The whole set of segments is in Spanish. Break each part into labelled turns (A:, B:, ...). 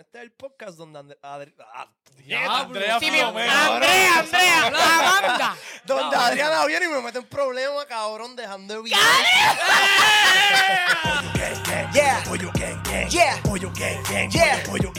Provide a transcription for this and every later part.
A: este es el podcast donde Andre- Adri- ah,
B: Ya,
C: Andrea
B: sí,
C: Flomero.
B: bien.
C: cabrón.
B: Andrea, Andrea, la banda.
A: donde
B: No.
A: Adriana viene y me mete un problema, cabrón, dejando de video.
D: Yeah.
E: Pollo gang gang.
D: Yeah.
E: Pollo gang gang.
D: Yeah.
E: Pollo gang gang.
D: Yeah.
E: Pollo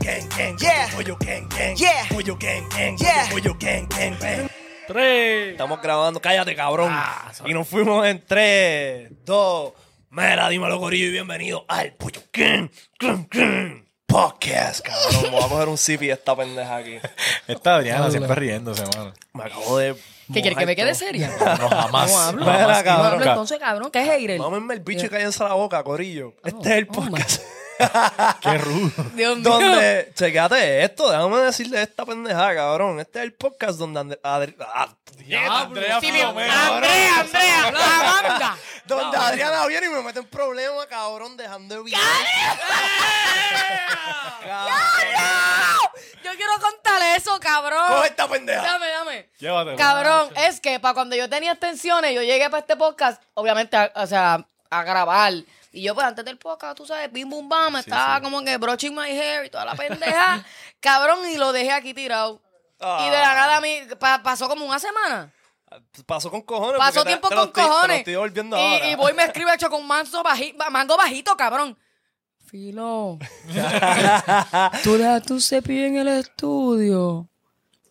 E: gang gang.
D: Yeah.
E: Pollo gang gang.
D: Yeah.
E: Pollo gang gang.
D: Yeah.
E: Pollo gang gang. bang.
C: Tres.
A: Estamos grabando, cállate, cabrón.
B: Ah,
A: y nos fuimos en 3, 2, mera, dímelo, Corillo, y bienvenido al Pollo Gang, Gang, Gang Podcast, cabrón. Vamos a coger un sipi de esta pendeja aquí.
B: Está Adriana
C: siempre
B: riéndose, mano.
A: Me acabo de.
B: ¿Qué quieres que me quede seria?
C: No, jamás.
B: No hablo.
A: Mira,
B: jamás,
A: cabrón. Nunca.
B: no hablo
C: entonces.
B: entonces, cabrón. ¿Qué es Heirel?
A: Mámenme el bicho y cállense la boca, Corillo. este es el
B: oh my-
A: podcast.
C: Qué rudo.
B: Dios mío.
A: Donde, checate esto, déjame decirle esta pendeja, cabrón. Este es el podcast donde Andre- Adri- ah,
C: Andrea
B: pues, Sí, bien.
C: Flomero.
B: Andrea, Andrea, la banda.
A: donde Adriana viene y me mete un problema, cabrón, dejando de video.
B: Yo quiero contarle eso,
A: Coge
B: cabrón.
A: esta pendeja.
B: Dame, dame.
C: Llévatelo.
B: Cabrón, es que para cuando yo tenía extensiones, yo llegué para este podcast, obviamente, a- o sea, a grabar. Y yo, pues antes del podcast, tú sabes, bim bum bam, estaba como que broching my hair y toda la pendeja. cabrón, y lo dejé aquí tirado. Y de la nada a mí, pa- pasó como una semana.
A: Pasó con cojones.
B: Pasó
A: porque te-
B: tiempo
A: te lo
B: con
A: estoy- te lo
B: cojones.
A: estoy volviendo
B: y,
A: ahora.
B: y voy y me escribe hecho con manso baji- ba- mando bajito, cabrón. Filo. Tú dejas tu cepillo en el estudio.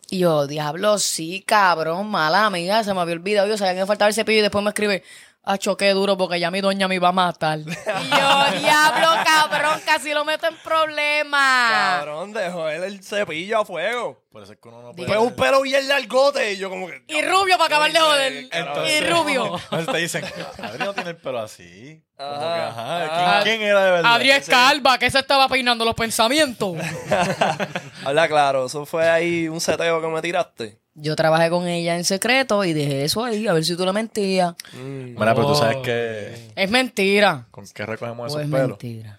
B: Y yo, diablo, sí, cabrón, mala amiga, se me había olvidado. Yo sabía que me faltaba el cepillo y después me escribe, ah, choqué duro porque ya mi doña me iba a matar. Y yo, diablo, cabrón, casi lo meto en problemas.
A: Cabrón, dejó él el cepillo a fuego.
C: Por eso es que uno no pues,
A: Fue un pelo bien largote y yo como que...
B: Y rubio para acabar de joder.
C: Entonces-
B: y rubio.
C: Entonces te dicen, Adrián no tiene el pelo así. Como que,
A: Ajá.
C: ajá,
A: Ajá.
C: ¿quién, quién era de verdad?
B: Adrián es calva, que se estaba peinando los pensamientos.
A: Habla claro, eso fue ahí un seteo que me tiraste.
B: Yo trabajé con ella en secreto y dejé eso ahí, a ver si tú la mentías.
C: Mira, pero tú sabes que...
B: Es mentira.
C: ¿Con qué recogemos
B: eh,
C: esos
B: Pues es
C: pelos?
B: mentira.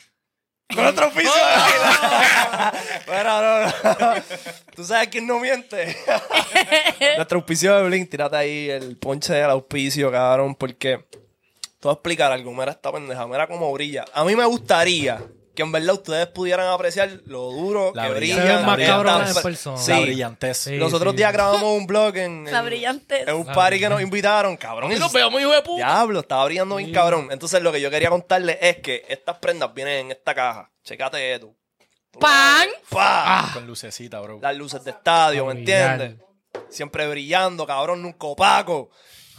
A: Con otro piso de águila. Pero no, no. Tú sabes quién no miente. Nuestro auspicio de Blink, tírate ahí el ponche del auspicio, cabrón, porque te voy a explicar algo. Mira esta pendeja, mira cómo brilla. A mí me gustaría que en verdad ustedes pudieran apreciar lo duro
C: La
A: que
C: brilla-
A: brilla.
C: Se ven más
F: cabrones en persona.
A: Sí.
C: La brillantez.
F: Sí.
A: Los otros días grabamos un blog en,
B: La
A: en-
B: brillantez.
A: en un party que nos invitaron, cabrón. y
C: Nos veamos, hijo de puta.
A: Diablo, estaba brillando bien cabrón. Entonces lo que yo quería contarles es que estas prendas vienen en esta caja. Checate esto.
B: ¡Pan!
A: ¡Pa!
C: Ah, Con lucecita, bro.
A: Las luces de estadio, ¿me
F: Brillar.
A: entiendes? Siempre brillando, cabrón, nunca opaco.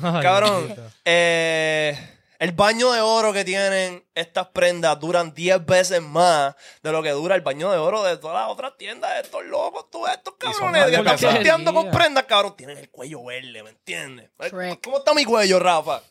F: Ay,
A: Cabrón,
F: bendito.
A: eh, el baño de oro que tienen estas prendas duran 10 veces más de lo que dura el baño de oro de todas las otras tiendas de estos locos, todos estos
C: Y son
A: cabrones que
C: más
A: están
C: pesadas.
A: planteando con
F: Porquería.
A: prendas, cabrón. Tienen el cuello verde, ¿me entiendes?
B: Shrek.
A: ¿Cómo está mi cuello, Rafa?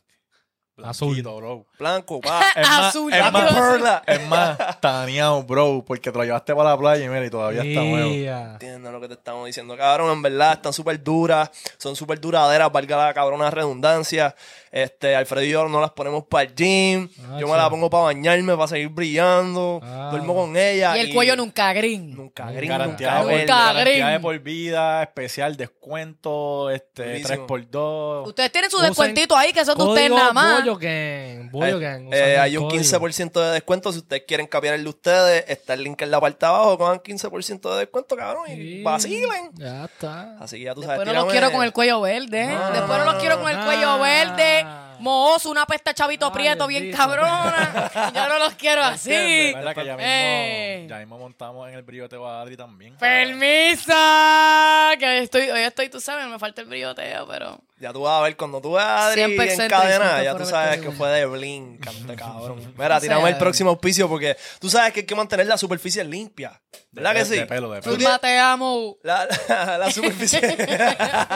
C: Azul.
F: Azul.
C: bro.
A: Blanco, pa.
C: Es más,
B: Azul,
C: es más,
B: yo quiero decir.
A: Perla.
C: es más, taneado, bro, porque te lo llevaste para la playa y mira, y todavía está nuevo.
F: Yeah.
A: Entiendo lo que te estamos diciendo, cabrón. En verdad, están súper duras, son súper duraderas, valga la cabrona redundancia. Este, Alfredo y yo no las ponemos para el gym.
F: Ah,
A: yo me la
F: chao.
A: pongo para bañarme, para seguir brillando.
F: Ah.
A: Duermo con ella.
B: Y el cuello nunca green.
A: Nunca gris,
C: Garantía,
A: nunca
C: de por,
A: verde.
B: Nunca
C: garantía
B: green.
C: de por vida, especial, descuento, este,
A: Buenísimo.
C: 3x2.
B: Ustedes tienen su
F: Usen
B: descuentito ahí, que eso es de
F: Código
B: ustedes nada más.
F: Bollo Gang,
A: Eh,
F: Bollo Gang,
A: eh,
F: usan el
A: hay un
F: código.
A: 15% de descuento. Si ustedes quieren cambiar el de ustedes, está el link en la parte de abajo. Cojan 15% de descuento, cabrón, y
F: Sí.
A: vacilen.
F: Ya está.
A: Así que ya tú
B: Después
A: sabes.
B: no los
A: tírame-
B: quiero con el cuello verde.
A: No,
B: Después no los quiero con el cuello
F: no.
B: verde. Mohoso, una pesta chavito
F: Ay,
B: prieto bien
F: bendito.
B: cabrona. Yo no los quiero así.
C: ¿Verdad que ya mismo,
B: Eh.
C: ya mismo montamos en el brilloteo a Adri también?
B: ¡Permisa! Que hoy estoy, hoy estoy, tú sabes, me falta el brilloteo, pero...
A: Ya tú vas a ver, cuando tú veas a Adri
B: 100%
A: en cadena,
B: distinto
A: ya
B: por
A: tú
B: el
A: sabes
B: código.
A: que fue de Blink, cante cabrón. Mira, tiramos
B: sea,
A: el próximo auspicio porque tú sabes que hay que mantener la superficie limpia. ¿Verdad
C: De-
A: que sí?
C: de pelo, de
A: Tú
C: pelo.
B: Zulma,
A: tienes-
B: te amo.
A: La, la- la superficie. la,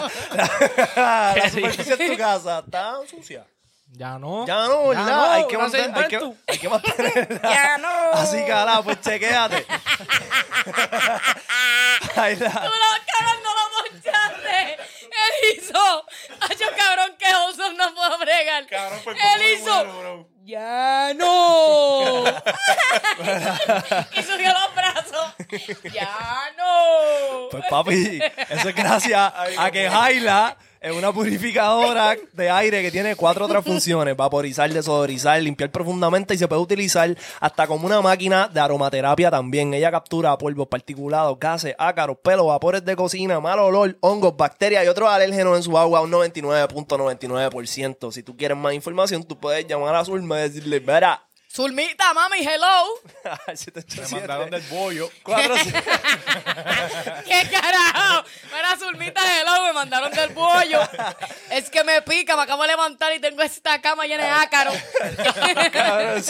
A: la superficie de tu casa está sucia.
F: Ya no.
A: Ya no, ¿verdad?
F: no,
A: hay, que
F: gracias
A: mantener, hay,
F: al
A: que,
F: parto.
A: hay que mantenerla.
B: Ya no.
A: Así que ahora, pues chequéate. Ahí la-
B: la cabrón no lo mochaste. Él hizo. Ay, yo cabrón que Oso no puedo bregar. Él hizo. Ya no. y subió los brazos. Ya no.
A: Pues papi, eso es gracias a que Jaila es una purificadora de aire que tiene cuatro otras funciones: vaporizar, desodorizar, limpiar profundamente y se puede utilizar hasta como una máquina de aromaterapia también. Ella captura polvos, particulados, gases, ácaros, pelos, vapores de cocina, mal olor, hongos, bacterias y otros alérgenos en su agua, un 99.99%. Si tú quieres más información, tú puedes llamar a Zulma y decirle: Verá,
B: Zulmita, mami, hello.
C: Me mandaron del bollo.
B: ¿Qué carajo? Mira, Zulmita, hello, me mandaron del bollo. Es que me pica, me acabo de levantar y tengo esta cama llena de ácaros.
A: Cabrón,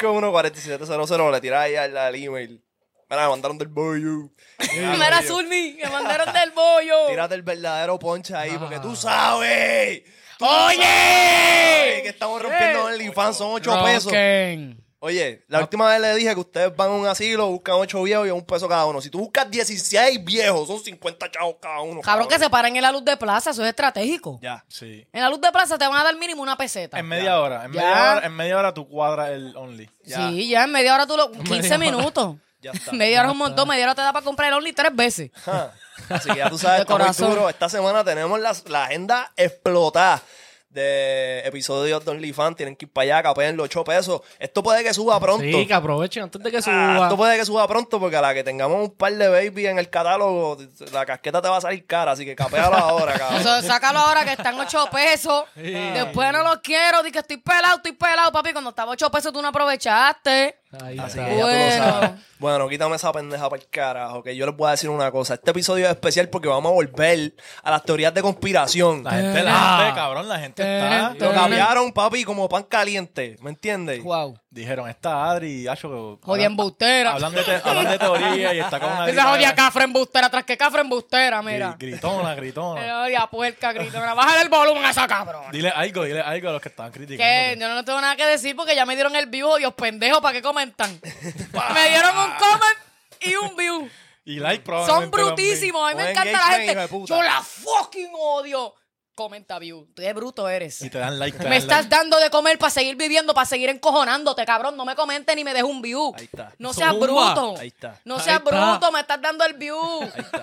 A: 787-951-4700. Le tiras ahí al, al email. Mira, me mandaron del bollo.
B: Mira, Zulmi, me mandaron del bollo.
A: Tírate el verdadero ponche ahí, porque tú sabes. Tú
B: Ah. ¡Oye!
A: sabes que estamos rompiendo el infante, son 8 pesos.
F: Ronquen.
A: Oye, la última vez le dije que ustedes van a un asilo, buscan 8 viejos y a un peso cada uno. Si tú buscas 16 viejos, son 50 chavos cada uno.
B: Cabrón, que se paren en la luz de plaza, eso es estratégico.
A: Ya.
C: Sí.
B: En la luz de plaza te van a dar mínimo una peseta.
C: En media hora. En
B: Ya.
C: media hora, en media hora tú cuadras el only.
A: ya.
B: Sí, ya en media hora tú lo. 15 minutos.
A: Ya está.
B: Media hora es un montón, media hora te da para comprar el Only tres veces.
A: Ajá. Así que ya tú sabes,
B: De
A: está muy
B: corazón.
A: duro. Esta semana tenemos la, la agenda explotada de episodios de OnlyFans. Tienen que ir para allá, capeen los 8 pesos. Esto puede que suba pronto.
F: Sí, que aprovechen antes de que
A: Ah,
F: suba.
A: esto puede que suba pronto porque a la que tengamos un par de baby en el catálogo, la casqueta te va a salir cara, así que capealo ahora, cabrón.
B: Eso, sácalo ahora que están 8 pesos. Después no lo quiero. Dice que estoy pelado, estoy pelado, papi. Cuando estaba 8 pesos tú no aprovechaste.
F: Ahí
A: Así
F: está.
A: que ya tú lo
B: Bueno.
A: sabes. Bueno, quítame esa pendeja para el carajo, que yo les voy a decir una cosa. Este episodio es especial porque vamos a volver a las teorías de conspiración.
C: La gente,
B: Ah.
C: la gente, cabrón, la gente está.
A: Lo cambiaron, papi, como pan caliente, ¿me entiendes?
B: Wow.
C: Dijeron, está Adri, Acho, que-
B: Jodía embustera.
C: hablando de, te- hablando de teoría y está con una
B: Esa jodía cafra embustera, tras que cafra embustera, mira.
C: gri- gritona, gritona.
B: Esa jodida puerca, grita. Baja el volumen a esa cabrón.
C: Dile algo, dile algo a los que estaban
B: Que
C: criticando.
B: yo no tengo nada que decir porque ya me dieron el vivo, Dios pendejo, ¿para qué comentan? me dieron un comment y un view.
C: Y like
B: Son
C: probablemente
B: brutísimos. A mí me
A: Buen
B: encanta la
A: engagement, hijo de
B: gente.
A: puta.
B: Yo la fucking odio. Comenta, view. Tú Qué bruto eres.
C: también. Y te dan like. te
B: Me
C: dan
B: estás
C: like.
B: dando de comer para seguir viviendo, para seguir encojonándote, cabrón. No me comentes ni me dejes un view.
A: Ahí está.
B: No seas
F: Zumba.
B: bruto.
A: Ahí está.
B: No
F: Ahí
B: seas
F: está.
B: bruto, me estás dando el view.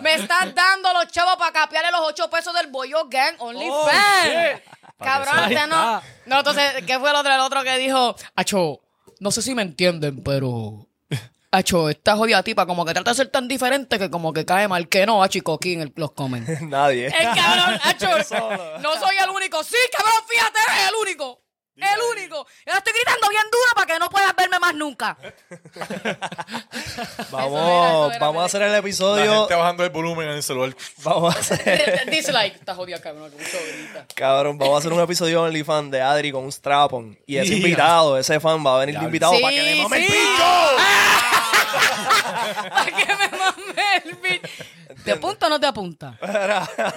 B: Me estás dando los chavos para capearle los 8 pesos del Boyo Gang
F: Oh,
B: OnlyFans. cabrón,
F: Ahí
B: usted no.
F: está.
B: No, entonces, ¿qué fue el otro, el otro que dijo? Acho, no sé si me entienden, pero. Acho, esta jodida tipa como que trata de ser tan diferente que como que cae mal que no, Acho y Coqui en el- los comments.
A: Nadie.
B: El cabrón, Nacho, no soy el único. Sí, cabrón, fíjate, eres el único. El único. Yo la estoy gritando bien duro para que no puedas verme más nunca.
A: Vamos,
B: Eso era, eso era,
A: vamos a hacer el
C: La
A: episodio.
C: gente bajando el volumen en el celular.
A: Vamos a hacer.
B: Dislike. Está jodida, cabrón, que mucho grita.
A: Cabrón, vamos a hacer un episodio de OnlyFans de Adri con un strapon. Y ese invitado, ese fan va a venir de invitado para que le mame el bicho.
B: Para que me mame el bicho. ¿Te apunta o no te apunta?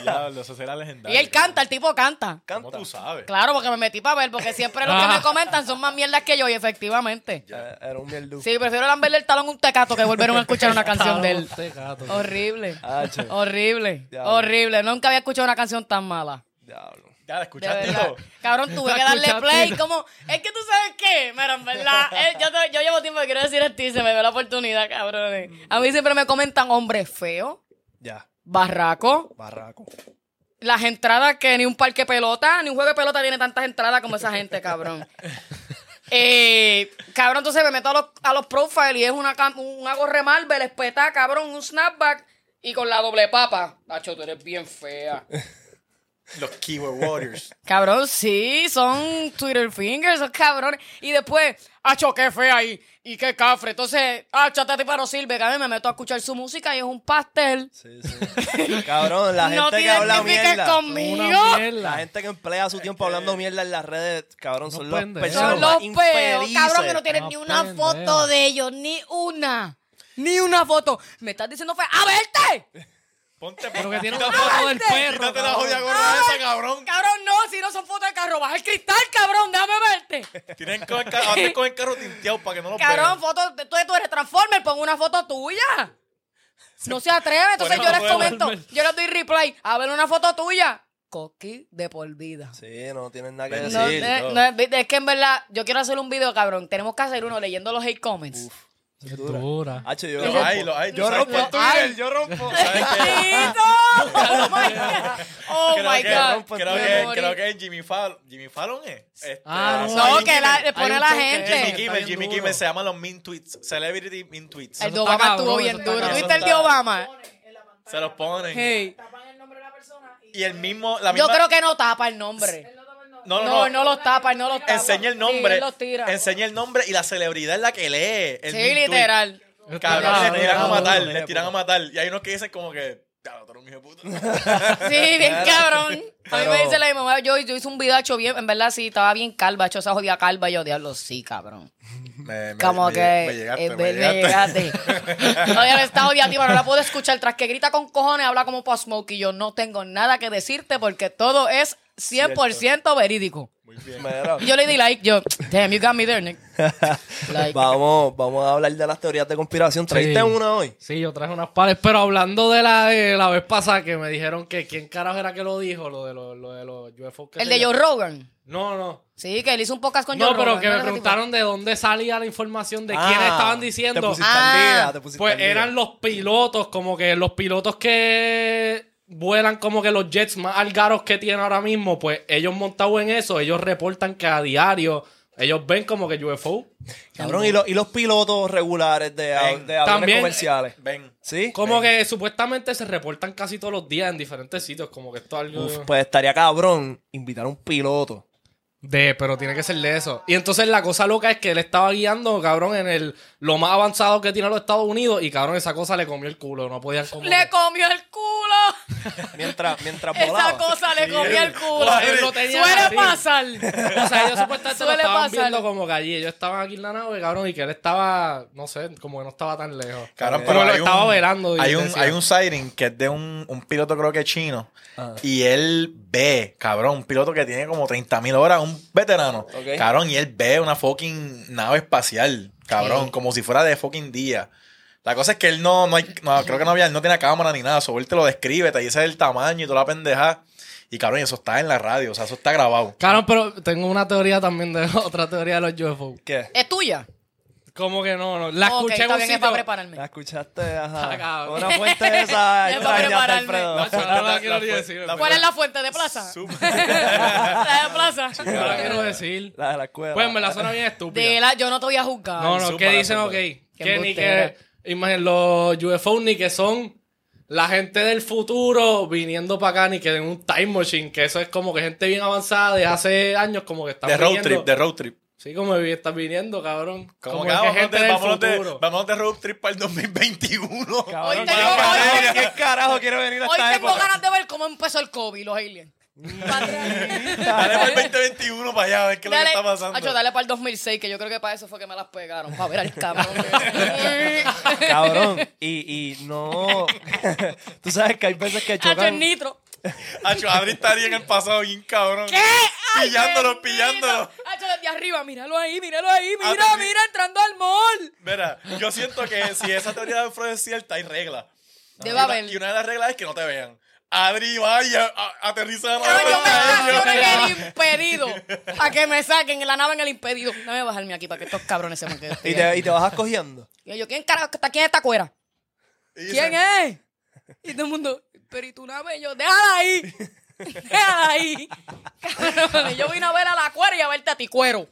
C: Diablo, eso será legendario.
B: Y él canta, el tipo canta.
C: ¿Cómo tú sabes?
B: Claro, porque me metí para ver, porque siempre los que me comentan son más mierdas que yo, y efectivamente.
A: Eh, Era un mierdu.
B: Sí, prefiero lamberle el talón a un tecato que volver a escuchar una canción de él.
F: Este gato.
B: Horrible.
A: Ah, che.
B: Horrible.
A: Diablo.
B: Horrible. Nunca había escuchado una canción tan mala.
A: Diablo.
C: Ya la
B: De
C: escuchaste
B: verdad.
C: todo.
B: Cabrón, tuve que darle
F: Escuchaste.
B: play. Como, es que tú sabes qué. Mira, en verdad. eh, yo, te- yo llevo tiempo que quiero decir esto y se me dio la oportunidad, cabrones. A mí siempre me comentan hombre feo,
A: Ya,
B: barraco.
A: barraco.
B: Las entradas que ni un parque pelota, ni un juego de pelota tiene tantas entradas como esa gente, cabrón. Eh, cabrón, entonces me meto a los, a los profiles y es una, cam- una gorra Marvel, espeta, cabrón, un snapback y con la doble papa. Nacho, tú eres bien fea.
C: Los Keyword Warriors.
B: Cabrón, sí, son Twitter fingers, esos cabrones. Y después, acho, qué fea ahí, y qué cafre. Entonces, acho, esta tipa no sirve, que a mí me meto a escuchar su música y es un pastel.
A: Sí, sí. Cabrón, la gente
B: no te
A: que habla
B: identifiques
A: mierda.
F: Una
B: conmigo.
A: La
F: mierda.
A: gente que emplea su tiempo hablando mierda en las redes, cabrón, son los
F: pueden
A: personas
B: Son
F: Son
B: los
A: más
B: peos, cabrón, que no
A: infelices.
B: tienen ni una
F: Aprende.
B: foto de ellos, ni una. Ni una foto. Me estás diciendo fea. ¡A verte!
C: Ponte
F: Pero que tiene
C: quítate-
F: una foto del
B: Quítate.
F: perro.
C: Quítate la
F: cabrón.
C: jodida gorra esa, cabrón.
B: Cabrón, no, si no son fotos de carro, baja el cristal, cabrón, déjame verte.
C: Tienen con el, ca- hazte con el carro tinteado para que no lo vean.
B: Cabrón, foto, tú, tú eres Transformer, pon una foto tuya. No se atreve, entonces
C: Pon
B: yo
C: una
B: les
C: foto de
B: comento,
F: Transformer.
B: yo les doy replay, a ver una foto tuya. Coqui de por vida.
A: Sí, no tienen nada que
C: No,
A: decir.
B: No,
C: Sí,
B: eh,
C: no.
B: no, es que en verdad, yo quiero hacer un video, cabrón. Tenemos que hacer uno leyendo los hate comments.
F: Es dura.
A: Hacho, yo,
C: Lo
A: rompo.
C: hay, lo hay.
A: yo
C: ¿Sabes
A: rompo
C: qué?
A: el Twitter, yo
B: Oh
A: rompo.
C: ¿Sabes qué?
B: ¡Tito! ¡Oh, my God! ¡Oh,
C: creo
B: my
C: que,
B: God!
C: Creo
B: Me
C: que,
B: morí.
C: creo que es Jimmy Fallon. Jimmy Fallon es. Este,
F: Ah, no.
B: No,
C: Jimmy
B: que la-
C: Kimmel.
B: le pone
F: Hay
B: a
F: un
B: la
F: toque.
C: Jimmy
B: gente.
F: Jimmy
C: Kimmel, Jimmy
F: duro.
C: Kimmel se llaman los mean tweets. Celebrity mean tweets.
B: El de
F: Eso está
B: Obama estuvo
F: cabrón,
B: bien
F: eso está
B: duro.
C: cabrón.
B: ¿Viste el de Obama?
C: Se los ponen.
B: Hey.
C: Y el mismo. La
B: Yo
C: misma,
B: creo que no tapa el nombre.
C: No,
B: No,
C: no, no.
B: él no los tapa, él no los tapa.
C: Enseña el
B: Sí,
C: nombre.
B: él los tira.
C: Enseña el nombre y la celebridad es la que lee. el
B: Sí,
C: mean tweet.
B: literal.
C: Cabrón, les tiran a
A: Cabrón,
C: matar.
A: hijo de
C: Les tiran a
A: puta.
C: matar. Y hay unos que dicen como que. Claro, tú eres un hijo de puta.
B: Sí, bien cabrón. A mí me
A: Pero-
B: dice la misma, yo, yo hice un vidacho bien, en verdad sí, estaba bien calva, hecho esa jodida calva, y yo, diablo, sí, cabrón.
C: Me- me-
B: Como
C: me-
B: que,
C: Me llegaste,
B: eh,
C: me llegaste.
B: no, yo le estaba odiando, pero no la puedo escuchar, tras que grita con cojones, habla como Pop Smoke, y yo no tengo nada que decirte porque todo es 100% verídico.
A: Mira.
B: Y yo le di like, yo, damn, you got me there, Nick. Like,
A: Vamos, vamos a hablar de las teorías de conspiración. ¿Traiste
F: Sí.
A: una hoy?
F: Sí, yo traje unas pares, pero hablando de la de la vez pasada que me dijeron que quién carajo era que lo dijo, lo de los lo de los UFO.
B: el de Joe Rogan.
F: No, no.
B: Sí, que él hizo un podcast con
F: No,
B: Joe
F: pero
B: Rogan,
F: que me
B: Ese tipo.
F: preguntaron de dónde salía la información de
A: Ah,
F: quién estaban
A: Te
F: diciendo.
A: pusiste
B: Ah,
A: al día, te pusiste
F: Pues
A: al día.
F: eran los pilotos, como que los pilotos que vuelan como que los jets más algaros que tienen ahora mismo, pues ellos montados en eso, ellos reportan que a diario ellos ven como que UFO.
A: Cabrón, y los, y los pilotos regulares de, av-
C: Ven.
A: de aviones
F: También-
A: comerciales.
C: Ven.
A: ¿Sí?
F: Como que supuestamente se reportan casi todos los días en diferentes sitios, como que esto es algo...
A: Uf, pues estaría cabrón invitar a un piloto.
F: De, pero tiene que ser de eso. Y entonces la cosa loca es que él estaba guiando, cabrón, en el lo más avanzado que tiene los Estados Unidos y cabrón, esa cosa le comió el culo, no podían como
B: Le
F: que-
B: comió el culo.
A: Mientras, mientras
B: Esa
A: volaba.
B: cosa le comía el culo.
F: Claro, él lo tenía
B: Suele
F: así.
B: pasar.
F: O sea, ellos supuestamente lo
B: Suele
F: estaban
B: pasar.
F: viendo como que allí. Ellos estaban aquí en la nave, cabrón, y que él estaba, no sé, como que no estaba tan lejos.
C: Cabrón,
F: Como
C: pero
F: lo
C: Eh, hay
F: estaba
C: un,
F: velando. y
C: Hay un,
F: decía,
C: hay un siren que es de un, un piloto, creo que chino. Y él ve, cabrón, un piloto que tiene como 30.000 horas, un veterano.
A: Ok.
C: Cabrón, y él ve una fucking nave espacial, cabrón, como si fuera de fucking día. La cosa es que él no, no hay, no, creo que no había, él no tiene cámara ni nada. Sobre él te lo describe, te dice el tamaño y toda la pendeja. Y cabrón, y eso está en la radio, o sea, eso está grabado.
F: Cabrón, pero tengo una teoría también de otra teoría de los UFO.
A: ¿Qué?
B: Es tuya.
F: Como que no, no. La
B: Ok,
F: escuché en
B: está
F: un
B: bien, es
F: sitio-
B: para prepararme.
A: ¿La escuchaste? Ajá.
F: Ah, cabrón.
A: Una fuente de esa
B: Ya
A: extraña
B: para
A: de
B: prepararme.
F: La
A: Alfredo.
F: fuente- no la quiero ni decir. pues.
C: La
B: ¿Cuál es la fuente de plaza? la de plaza.
F: No la quiero decir.
A: La de la escuela.
F: Pues me la suena bien estúpida.
B: De la, yo no te voy a juzgar.
F: No, no,
C: Súper,
F: que dicen,
C: súper.
F: ok, que ni
B: pues. embustera.
F: que, imagínate, los UFO ni que son la gente del futuro viniendo para acá, ni que en un time machine, que eso es como que gente bien avanzada de hace años, como que están
C: De road
F: viniendo.
C: trip, de road trip.
F: Sí, como vi- están viniendo, cabrón. Como,
C: Como,
F: que
C: que "Ah,
F: gente del
C: vámonos, de,
F: futuro.
C: vámonos de road trip para el 2021.
B: Hoy
A: Cabrón,
B: tengo-
A: ¿quién carajo-
B: hoy tengo-
A: ¿Quién carajo quiere venir a
B: Hoy
A: esta
B: tengo
A: época?
B: ganas de ver cómo empezó el COVID, los aliens.
C: Mm. Dale para el 2021 para allá, a ver qué es lo que está pasando.
B: Acho, dale para el 2006, que yo creo que para eso fue que me las pegaron. Para ver al cabrón.
A: Cabrón, y, y no. Tú sabes que hay veces que
B: Hacho el
A: chocan.
B: nitro.
C: Acho, Adri estaría en el pasado bien cabrón.
B: ¿Qué? Ay,
C: Pillándolo,
B: bendito.
C: pillándolo.
B: Hacho, desde arriba, míralo ahí, míralo ahí, mira,
C: Ah,
B: mira, entrando al mall.
C: Mira, yo siento que si esa teoría de Freud es cierta, hay reglas.
B: Debe
C: Y una-
B: haber.
C: Y una de las reglas es que no te vean. Adri vaya, a- aterriza en la
B: Cabrón, yo me
C: nave.
B: estaciono en el impedido. A que me saquen en la nave en el impedido. No me bajarme aquí para que estos cabrones se me queden.
A: Y te, y te vas cogiendo.
B: Y yo, ¿quién carajo está? ¿Quién está cuera?
C: Y dicen,
B: ¿Quién es? Y todo el mundo, pero y tu nave, Y yo, déjala ahí. Déjala ahí. Cabrón, yo vine a ver a la cuera y a verte a ti cuero.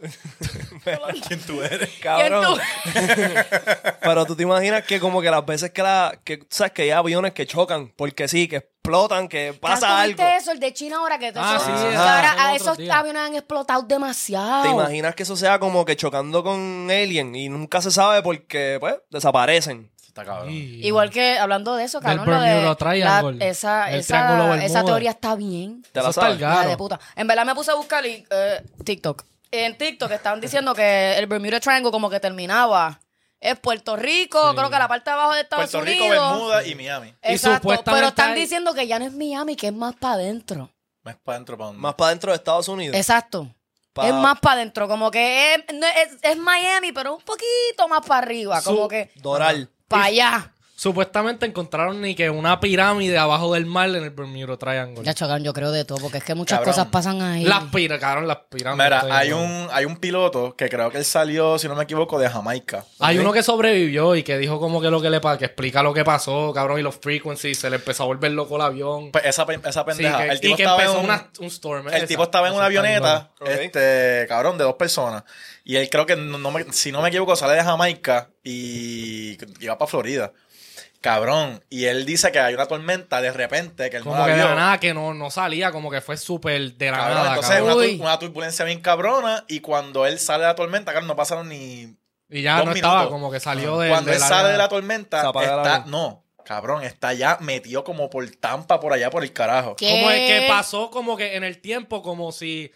C: ¿Quién tú eres?
A: Cabrón.
B: ¿Quién tú?
A: Pero tú te imaginas que como que las veces que la, que, tú sabes que hay aviones que chocan, porque sí, que explotan, que pasa
B: ¿Tú
A: algo.
B: Ah, viste eso? El de China ahora que,
F: Ah,
B: eso-
F: sí,
B: que
F: sí,
B: ahora
F: son
B: a
F: otros
B: esos
F: días.
B: aviones han explotado demasiado.
A: ¿Te imaginas que eso sea como que chocando con alien y nunca se sabe porque, pues, desaparecen?
C: Está cabrón.
B: Igual que hablando de eso,
F: Del
B: cabrón, lo de
F: Bermuda Triangle,
B: la- esa,
F: del
B: esa-
F: Triángulo Bermuda.
B: esa teoría está bien.
A: ¿Te la
F: Eso
A: sabes?
F: está
B: Hija
F: Claro.
B: de puta. En verdad me puse a buscar y, eh, TikTok. En TikTok estaban diciendo que el Bermuda Triangle como que terminaba. Es Puerto Rico, creo que la parte de abajo de Estados
C: Puerto Rico,
B: Unidos.
C: Bermuda y Miami.
F: Y
B: Exacto,
F: supuestamente
B: pero están
F: hay-
B: diciendo que ya no es Miami, que es más para adentro.
C: Más para adentro, para dónde.
A: Más para adentro de Estados Unidos.
B: Exacto.
A: Pa-
B: Es más para adentro, como que es, no es- es Miami, pero un poquito más para arriba, como que
A: Doral.
B: para allá.
F: Supuestamente encontraron ni que una pirámide abajo del mar en el Bermuda Triangle.
B: Ya chocaron, yo creo de todo, porque es que muchas
C: Cabrón.
B: cosas pasan ahí.
F: Las pira- cabrón, las pirámides.
C: Mira,
F: estoy
C: hay
F: seguro.
C: un, hay un piloto que creo que él salió, si no me equivoco, de Jamaica.
F: Hay
C: ¿ok?
F: uno que sobrevivió y que dijo como que lo que le pasa, que explica lo que pasó, cabrón, y los frequencies, se le empezó a volver loco el avión.
C: Pues esa, pe- esa
F: Sí,
C: pendeja.
F: que-
C: el tipo
F: y que
C: estaba en
F: empezó
C: un-
F: una- un storm.
C: El tipo estaba en una avioneta,
A: Ok.
C: este, cabrón, de dos personas. Y él creo que, no, no me- si no me equivoco, sale de Jamaica y y va para Florida. Cabrón. Y él dice que hay una tormenta de repente, que él no
F: Como
C: la
F: que de
C: vio.
F: la nada, que no, no salía, como que fue súper de la
C: Cabrón,
F: nada,
C: entonces
F: cabrón.
C: una, tur-
B: Uy.
C: una turbulencia bien cabrona y cuando él sale de la tormenta, cabrón, no pasaron ni...
F: Y ya no
C: dos
F: estaba,
C: minutos.
F: como que salió de
C: cuando él sale de la
A: Se
C: tormenta,
A: apaga la
C: está...
A: luz.
C: No, cabrón, está ya metido como por Tampa, por allá, por el carajo.
B: ¿Qué?
F: Como es que pasó como que en el tiempo, como si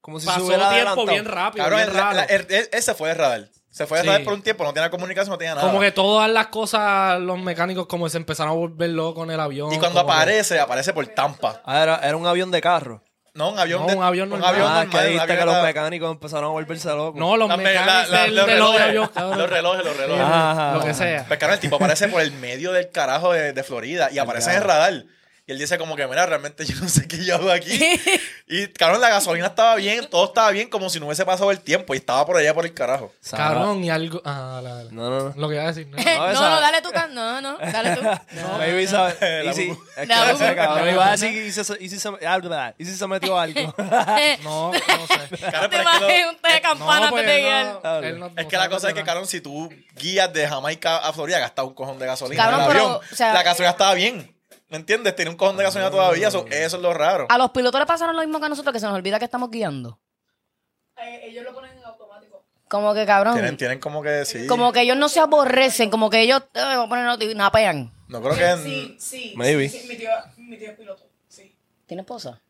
A: Como si se
F: pasó
A: hubiera
F: tiempo
A: adelantado.
F: bien rápido,
C: Cabrón,
F: bien
C: el- la-
F: raro.
C: la- el- él, él se fue de radar. Se fue de
F: Sí.
C: radar por un tiempo, no tenía comunicación, no tenía nada.
F: Como que todas las cosas, los mecánicos como se empezaron a volver locos en el avión.
C: Y cuando
F: como que-
C: aparece, aparece por Tampa.
A: Ah, era, era un avión de carro.
C: No, un avión
F: No,
C: de-
F: un avión normal.
A: Ah,
F: Avión
A: que
C: un
A: viste que
C: avión
A: los
C: de-
A: mecánicos empezaron a volverse locos.
F: No, los
C: la-
F: mecánicos
C: la- la-
F: del-
C: los
F: de los
C: relojes,
F: avión, cabrón.
C: Los relojes, los relojes.
A: Ajá.
F: Lo que sea.
C: Pues, cabrón, el tipo aparece por el medio del carajo de, de Florida y aparece en el radar. Y él dice como que, mira, realmente yo no sé qué yo hago aquí. y, cabrón, la gasolina estaba bien, todo estaba bien, como si no hubiese pasado el tiempo. Y estaba por allá por el carajo.
A: Sara-
F: Cabrón, y algo. Ah, dale, dale.
A: No, no, no.
F: Lo que iba a decir. ¿no?
B: No,
A: esa-
B: no, dale tú, can- no, no, dale tú. No,
A: Baby
B: no.
A: sabe.
C: La
A: Y si,
C: bu-
A: es
B: La
A: que no
B: bu-
A: sé, cabrón. Iba a decir y si se, y si se, ah, verdad, y si se metió algo.
F: No, no sé.
C: Cabrón, pero
B: te
C: es que lo-
B: imaginas un té de
F: No,
B: campana
F: pues,
B: antes de
F: no,
B: llegar.
F: él no-
C: Es
F: no
C: que la
F: sabe
C: cosa es que,
F: nada.
C: cabrón, si tú guías de Jamaica a Florida, gastas un cojón de gasolina
B: Cabrón,
C: en el
B: pero,
C: avión.
B: o sea-
C: la gasolina estaba bien. ¿Me entiendes? Tiene un cojón de gasolina todavía. Eso, eso es lo raro.
B: A los pilotos les pasaron lo mismo que a nosotros, que se nos olvida que estamos guiando. ellos lo ponen en automático. Como que cabrón.
C: Tienen, tienen como que sí.
B: Como que ellos no se aborrecen, como que ellos eh, voy a poner noti- napean.
C: No creo que.
D: Sí, sí.
A: Maybe.
D: sí, sí, mi, tío, mi tío es piloto. Sí.
B: ¿Tiene esposa?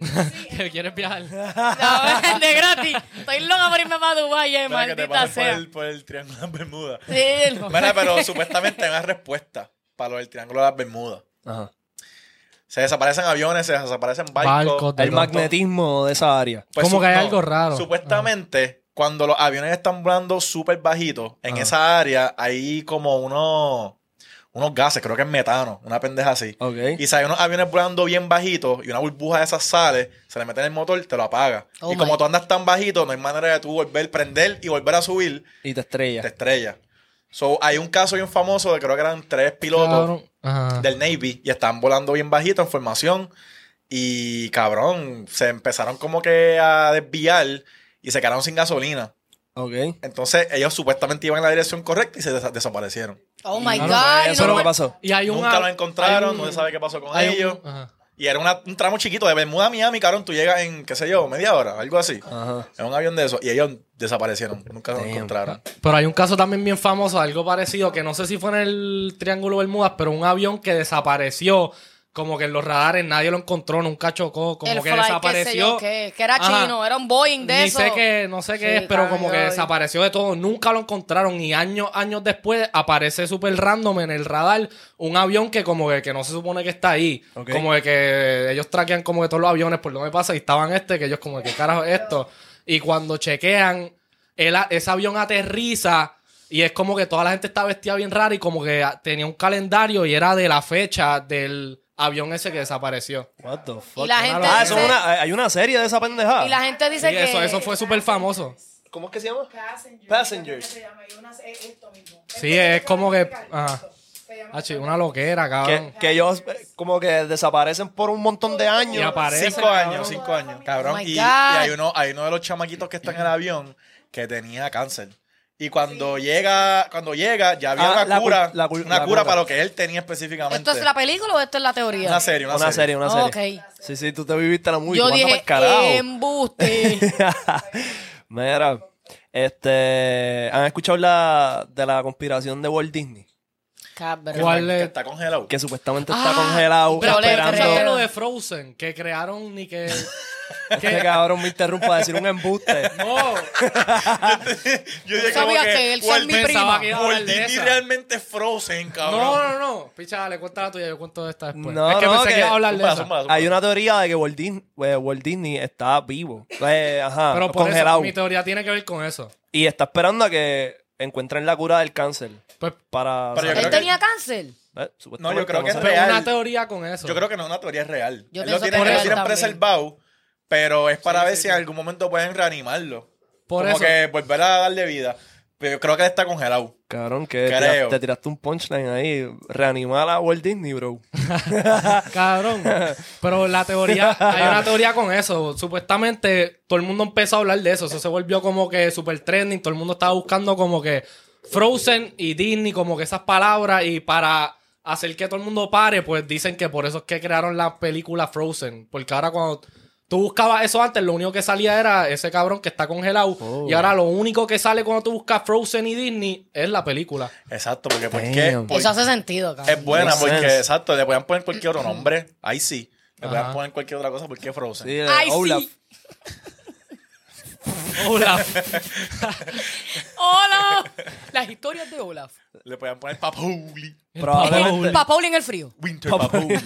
F: ¿Quieres viajar?
B: No, de gratis. Estoy loca por irme para Dubái, eh,
C: Mira, que te
B: maldita
C: pases por
B: sea.
C: el, por el Triángulo de las Bermudas.
B: Sí, no.
C: Mira, pero supuestamente hay una respuesta para lo del Triángulo de las Bermudas.
A: Ajá.
C: Se desaparecen aviones, se desaparecen
F: Barcos
C: barcos.
F: de
A: El magnetismo de esa área.
C: Pues,
F: Como
C: su-
F: que hay algo raro.
C: Supuestamente, cuando los aviones están volando súper bajitos, en
A: Ajá.
C: esa área hay como unos, unos gases, creo que es metano, una pendeja así.
A: Ok.
C: Y si hay unos aviones volando bien bajitos y una burbuja de esas sale, se le mete en el motor, te lo apaga.
B: Oh
C: y
B: my.
C: como tú andas tan bajito, no hay manera de tú volver, prender y volver a subir,
A: Y te
C: te
A: estrellas.
C: estrella. So, hay un caso bien famoso de creo que eran tres pilotos
F: Cabrón. Ajá.
C: del Navy y estaban volando bien bajito en formación. Y cabrón, se empezaron como que a desviar y se quedaron sin gasolina.
A: Ok.
C: Entonces ellos supuestamente iban en la dirección correcta y se desa- desaparecieron.
B: Oh my
F: Claro,
B: God.
A: Eso
B: y
A: es
B: no
A: lo que
B: me-
A: pasó.
F: Y hay un.
C: Nunca lo encontraron,
F: hay un-
C: no se sabe qué pasó con
F: hay un-
C: ellos.
F: ajá.
C: Y era una- un tramo chiquito de Bermuda a Miami, cabrón, tú llegas en, qué sé yo, media hora, algo así.
F: Ah.
A: Ajá.
C: En un avión de esos. Y ellos desaparecieron, nunca lo
A: Damn.
C: encontraron.
F: Pero hay un caso también bien famoso, algo parecido, que no sé si fue en el Triángulo Bermudas, pero un avión que desapareció, como que en los radares nadie lo encontró, nunca chocó, como
B: el fly,
F: que
B: qué sé yo
F: desapareció.
B: qué, que era
F: Ajá.
B: chino, era un Boeing de
F: Ni
B: eso.
F: sé qué, no sé qué
B: Sí,
F: es, pero como
B: cabrón.
F: que desapareció de todo, nunca lo encontraron y años, años después aparece súper random en el radar un avión que como que, que no se supone que está ahí,
A: Ok.
F: como de que ellos traquean como que todos los aviones por donde pasa y estaban este, que ellos como de qué carajo es esto, y cuando chequean, el a- ese avión aterriza y es como que toda la gente está vestida bien rara y como que ah, tenía un calendario y era de la fecha del avión ese que desapareció.
A: What the fuck.
B: la
A: Ah,
B: gente
A: ah, eso
B: dice-
A: es una, hay una serie de esa pendejada.
B: Y la gente dice
F: Y
B: que.
F: eso, eso fue súper famoso.
A: ¿Cómo es que se llama?
D: Passengers.
A: Passengers.
D: Se llama, y una- es esto mismo.
F: Sí, es como que... Ajá.
D: Se llama-
F: Ah, sí, una loquera,
A: Que,
F: cabrón.
A: que ellos eh, como que desaparecen por un montón de años.
F: Y aparece.
C: Cinco años, cinco años. Cabrón.
B: Oh my
C: y y
B: God.
C: hay, uno, hay uno de los chamaquitos que está en el avión que tenía cáncer. Y cuando llega, cuando llega, ya había
A: Ah,
C: una
A: la cu-
C: cura,
A: la cu-
C: una
A: la
C: cura
A: cura.
C: para lo que él tenía específicamente.
B: ¿Esto es la película o esto es la teoría?
C: Una serie, una,
A: Una serie,
C: serie.
A: una
B: Ah,
A: serie.
B: ok.
A: Sí, sí, tú te viviste la movie.
B: Yo
A: ¿Cuándo
B: dije,
A: pa'l carajo?
B: embuste.
A: Mira, este, ¿han escuchado la, de la conspiración de Walt Disney?
B: Cabrón.
F: ¿Cuál
C: Que
F: es?
C: está congelado.
A: Que supuestamente está
B: Ah,
A: congelado
B: pero le
F: ¿Escuchaste
A: esperando
F: lo de Frozen? Que crearon ni que...
A: este cabrón me interrumpa a decir un embuste.
F: No,
C: Yo dije
B: Sabía
C: como
B: que él
C: Walt
B: es mi
C: Disney-
F: pensaba
B: prima.
F: que iba a
C: Walt
F: hablar de
C: Disney
F: esa.
C: realmente Frozen, cabrón.
F: No, no, no. Picha, dale, cuenta la tuya, yo cuento esta después.
A: No,
F: es que
A: no,
F: pensé que,
A: que-
F: iba a hablar de
C: Zumba,
F: esa.
C: zumba, zumba.
A: Hay una teoría de que Walt Disney, eh, Walt Disney está vivo, eh, ajá,
F: Pero por
A: congelado.
F: eso, mi teoría tiene que ver con eso.
A: y está esperando a que encuentren la cura del cáncer.
F: Pues,
A: para...
C: Pero yo
B: ¿Él
C: creo
B: tenía cáncer?
A: Eh,
C: No,
A: supuestamente,
C: yo creo que es
A: sé.
F: pero
C: real.
F: pues una teoría con eso.
C: Yo creo que no es una teoría real.
B: Yo
C: Él
B: pienso
C: lo tienen, lo
B: que es
C: tienen
B: real
C: preservado, pero es para ver si en algún momento pueden reanimarlo.
F: Por
C: Como
F: eso.
C: que volver a darle vida. Pero yo creo que él está congelado.
A: Cabrón, que te-
C: Creo.
A: te tiraste un punchline ahí. Reanimar a Walt Disney, bro.
F: Cabrón. Pero la teoría, hay una teoría con eso. Supuestamente todo el mundo empezó a hablar de eso. Eso se volvió como que super trending. Todo el mundo estaba buscando como que Frozen y Disney, como que esas palabras. Y para hacer que todo el mundo pare, pues dicen que por eso es que crearon la película Frozen. Porque ahora cuando tú buscabas eso antes, lo único que salía era ese cabrón que está congelado. Y ahora lo único que sale cuando tú buscas Frozen y Disney es la película.
C: Exacto, porque ¿por
A: Damn.
C: qué? Por-
B: Eso hace sentido, cabrón.
C: es buena,
A: Makes
C: porque
A: sense.
C: exacto, le podían poner cualquier otro nombre. Ahí sí. Le podían
F: Ajá.
C: poner cualquier otra cosa, porque Frozen.
A: Sí,
B: Ay, sí.
A: Olaf.
F: Hola.
B: Olaf. Las historias de Olaf.
C: Le podían poner Papauli.
F: Ah,
A: Probablemente.
B: Papoli en el frío.
C: Winter Papauli.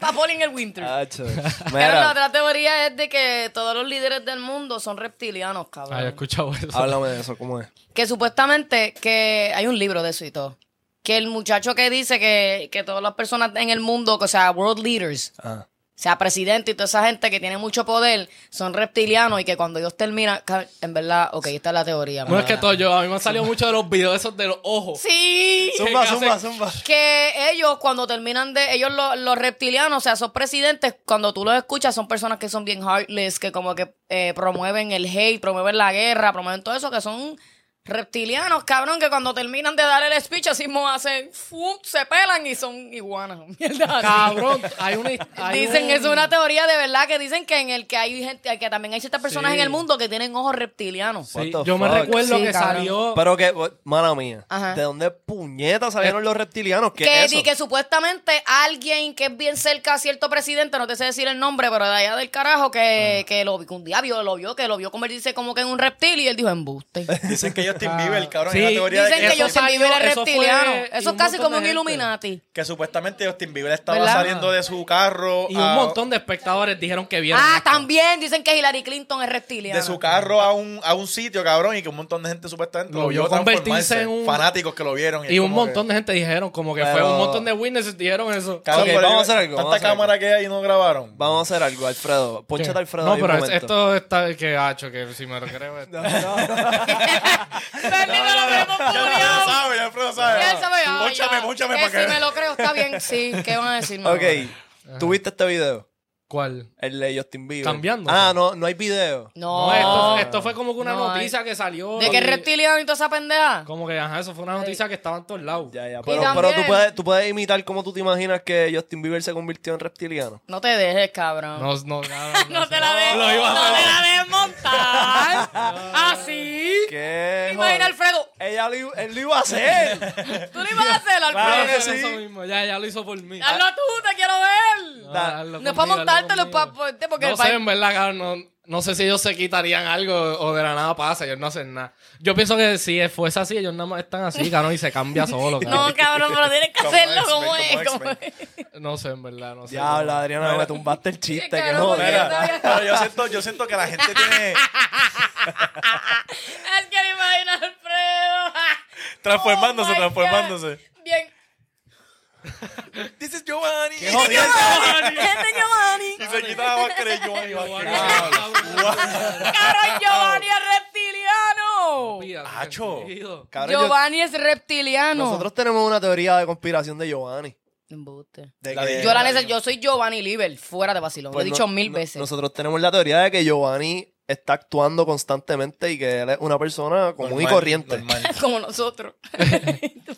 B: Papoli en el winter.
F: Ah,
A: Hacho.
B: Pero la
A: Mira,
B: otra teoría es de que todos los líderes del mundo son reptilianos, cabrón.
F: Ah, yo he escuchado eso.
A: háblame de eso, ¿cómo es?
B: Que supuestamente que hay un libro de eso y todo. Que el muchacho que dice que, que todas las personas en el mundo, o sea, world leaders,
A: Ah.
B: o sea, presidente y toda esa gente que tiene mucho poder, son reptilianos y que cuando ellos terminan, ca- en verdad, ok, esta es la teoría.
F: No es que
B: mala.
F: todo yo, a mí me han salido mucho de los videos esos de los ojos.
B: Sí.
A: Zumba,
F: ¿Qué
A: zumba,
F: hace?
A: zumba.
B: Que ellos cuando terminan de, ellos lo- los reptilianos, o sea, esos presidentes, cuando tú los escuchas, son personas que son bien heartless, que como que eh, promueven el hate, promueven la guerra, promueven todo eso, que son reptilianos, cabrón, que cuando terminan de dar el speech, así mismo hacen, ¡fum! se pelan y son iguanas. Mierda. así.
F: Cabrón, hay una. hay
B: Dicen,
F: un-
B: es una teoría de verdad que dicen que en el que hay gente, que también hay ciertas personas
F: Sí.
B: en el mundo que tienen ojos reptilianos.
F: Sí,
A: What the
F: yo me
A: fuck?
F: recuerdo
B: Sí,
F: que
B: cabrón.
F: salió.
A: Pero que, mala mía,
B: Ajá.
A: ¿de dónde puñetas salieron los reptilianos? ¿Qué
B: que,
A: es eso?
B: di que supuestamente alguien que es bien cerca a cierto presidente, no te sé decir el nombre, pero de allá del carajo, que,
F: Ah.
B: que lo vi- que un día vio, lo vio, que lo vio convertirse como que en un reptil y él dijo embuste.
C: Dicen que Justin Bieber, el cabrón,
F: Sí.
C: hay una teoría de
B: Dicen
C: que,
B: que
F: eso
B: yo soy
F: salió,
B: era
F: eso fue-
B: reptiliano.
F: y
B: Eso es
F: un
B: casi como
F: montón de
B: un
F: gente.
B: Illuminati.
C: que supuestamente Justin Bieber estaba
B: ¿Verdad?
C: saliendo de su carro
F: Y
A: ah,
F: un
C: a-
F: montón de espectadores dijeron que vieron.
B: Ah,
F: esto.
B: también dicen que Hillary Clinton es reptiliana.
C: de su carro a un, a un sitio, cabrón, y que un montón de gente supuestamente
F: Lo
C: lo,
F: vio
C: vio
F: convertirse
C: transformarse.
F: en un-
C: Fanáticos que lo vieron.
F: Y un montón de gente dijeron, como que fue
A: Pero-
F: un montón de witnesses dijeron eso.
A: Ok, vamos a hacer algo, vamos a hacer algo.
C: Tanta cámara que hay y no grabaron.
A: Vamos a hacer algo, Alfredo.
F: ¿Qué?
A: Ponchate a Alfredo
F: No,
A: ahí un
F: pero es-
A: momento.
F: esto está que hacho, que si me lo creo. esto-
B: Bendito, lo vemos
C: Alfredo
B: publicado.
C: sabe, Alfredo sabe.
B: Él sabe, ah,
C: Pónchame,
B: ya,
C: pónchame
B: que
C: para
B: Si me
C: que.
B: lo creo, está bien, sí. ¿Qué van a decir? No,
A: Ok, ¿tuviste este video?
F: ¿Cuál?
A: El de Justin Bieber.
F: Cambiando.
A: Ah, no, no hay video.
B: No.
F: No, esto, esto fue como que una
B: No,
F: noticia que salió.
B: ¿De qué
F: y-
B: reptiliano y toda esa pendeja?
F: Como que, ajá, eso fue una noticia que estaba en todos lados.
A: Ya, ya.
B: Y
A: Pero,
B: también-
A: pero tú, puedes, tú puedes imitar cómo tú te imaginas que Justin Bieber se convirtió en reptiliano.
B: No te dejes, cabrón.
F: No, no, cabrón,
B: No
F: no
B: te
F: sé.
B: la dejes.
F: Lo iba a
B: No
F: hacer.
B: te la dejes montar. Así.
A: ¿Qué?
B: Imagina,
A: joder?
B: Alfredo.
A: Ella lo, i- él lo iba a hacer.
B: Tú lo ibas a hacer,
A: Claro
B: Alfredo.
A: que Ah, sí.
F: Eso mismo, ya, ya lo hizo por mí.
B: Hazlo tú, te quiero ver.
A: Da-
F: hazlo
B: No es para
F: conmigo, hazlo
B: montártelo, es
F: conmigo.
B: para ponerte. Porque
F: No
B: el
F: sé,
B: país-
F: en verdad, cabrón, no, no sé si ellos se quitarían algo o de la nada pasa, ellos no hacen nada. Yo pienso que si fuese así, ellos nada más están así, cabrón, y se cambia solo,
B: No,
F: cabrón.
B: cabrón, pero tienes que
C: Como
B: hacerlo
C: X-Men,
B: como es.
C: como
B: como
C: X-Men.
B: es.
F: No, sé, en verdad, no sé.
A: Diablo, Adriana, me tumbaste el
B: Sí,
A: chiste. Que
B: cabrón,
A: joder.
B: porque-
C: Mira, pero yo siento, yo siento que la gente tiene.
B: Es que me imagino a Alfredo.
C: Transformándose,
B: Oh my
C: transformándome.
B: God. Bien. Este
C: This is Giovanni.
A: Qué jodido.
B: Gente, Este Giovanni.
C: Y se quitaba más que Giovanni. Vázquez.
B: Cabrón, Giovanni es reptiliano.
C: Acho.
A: Cabrón, yo-
B: Giovanni es reptiliano.
A: nosotros tenemos una teoría de conspiración de Giovanni.
B: Embuste.
A: De
C: La
A: que-
C: de-
B: Yo, la neta, yo soy Giovanni Liver, fuera de vacilón.
A: Pues
B: Lo he dicho
A: no-
B: mil
A: no-
B: veces.
A: Nosotros tenemos la teoría de que Giovanni está actuando constantemente y que él es una persona común y
C: Normal,
A: corriente.
C: normal.
B: Como nosotros.
C: Ah,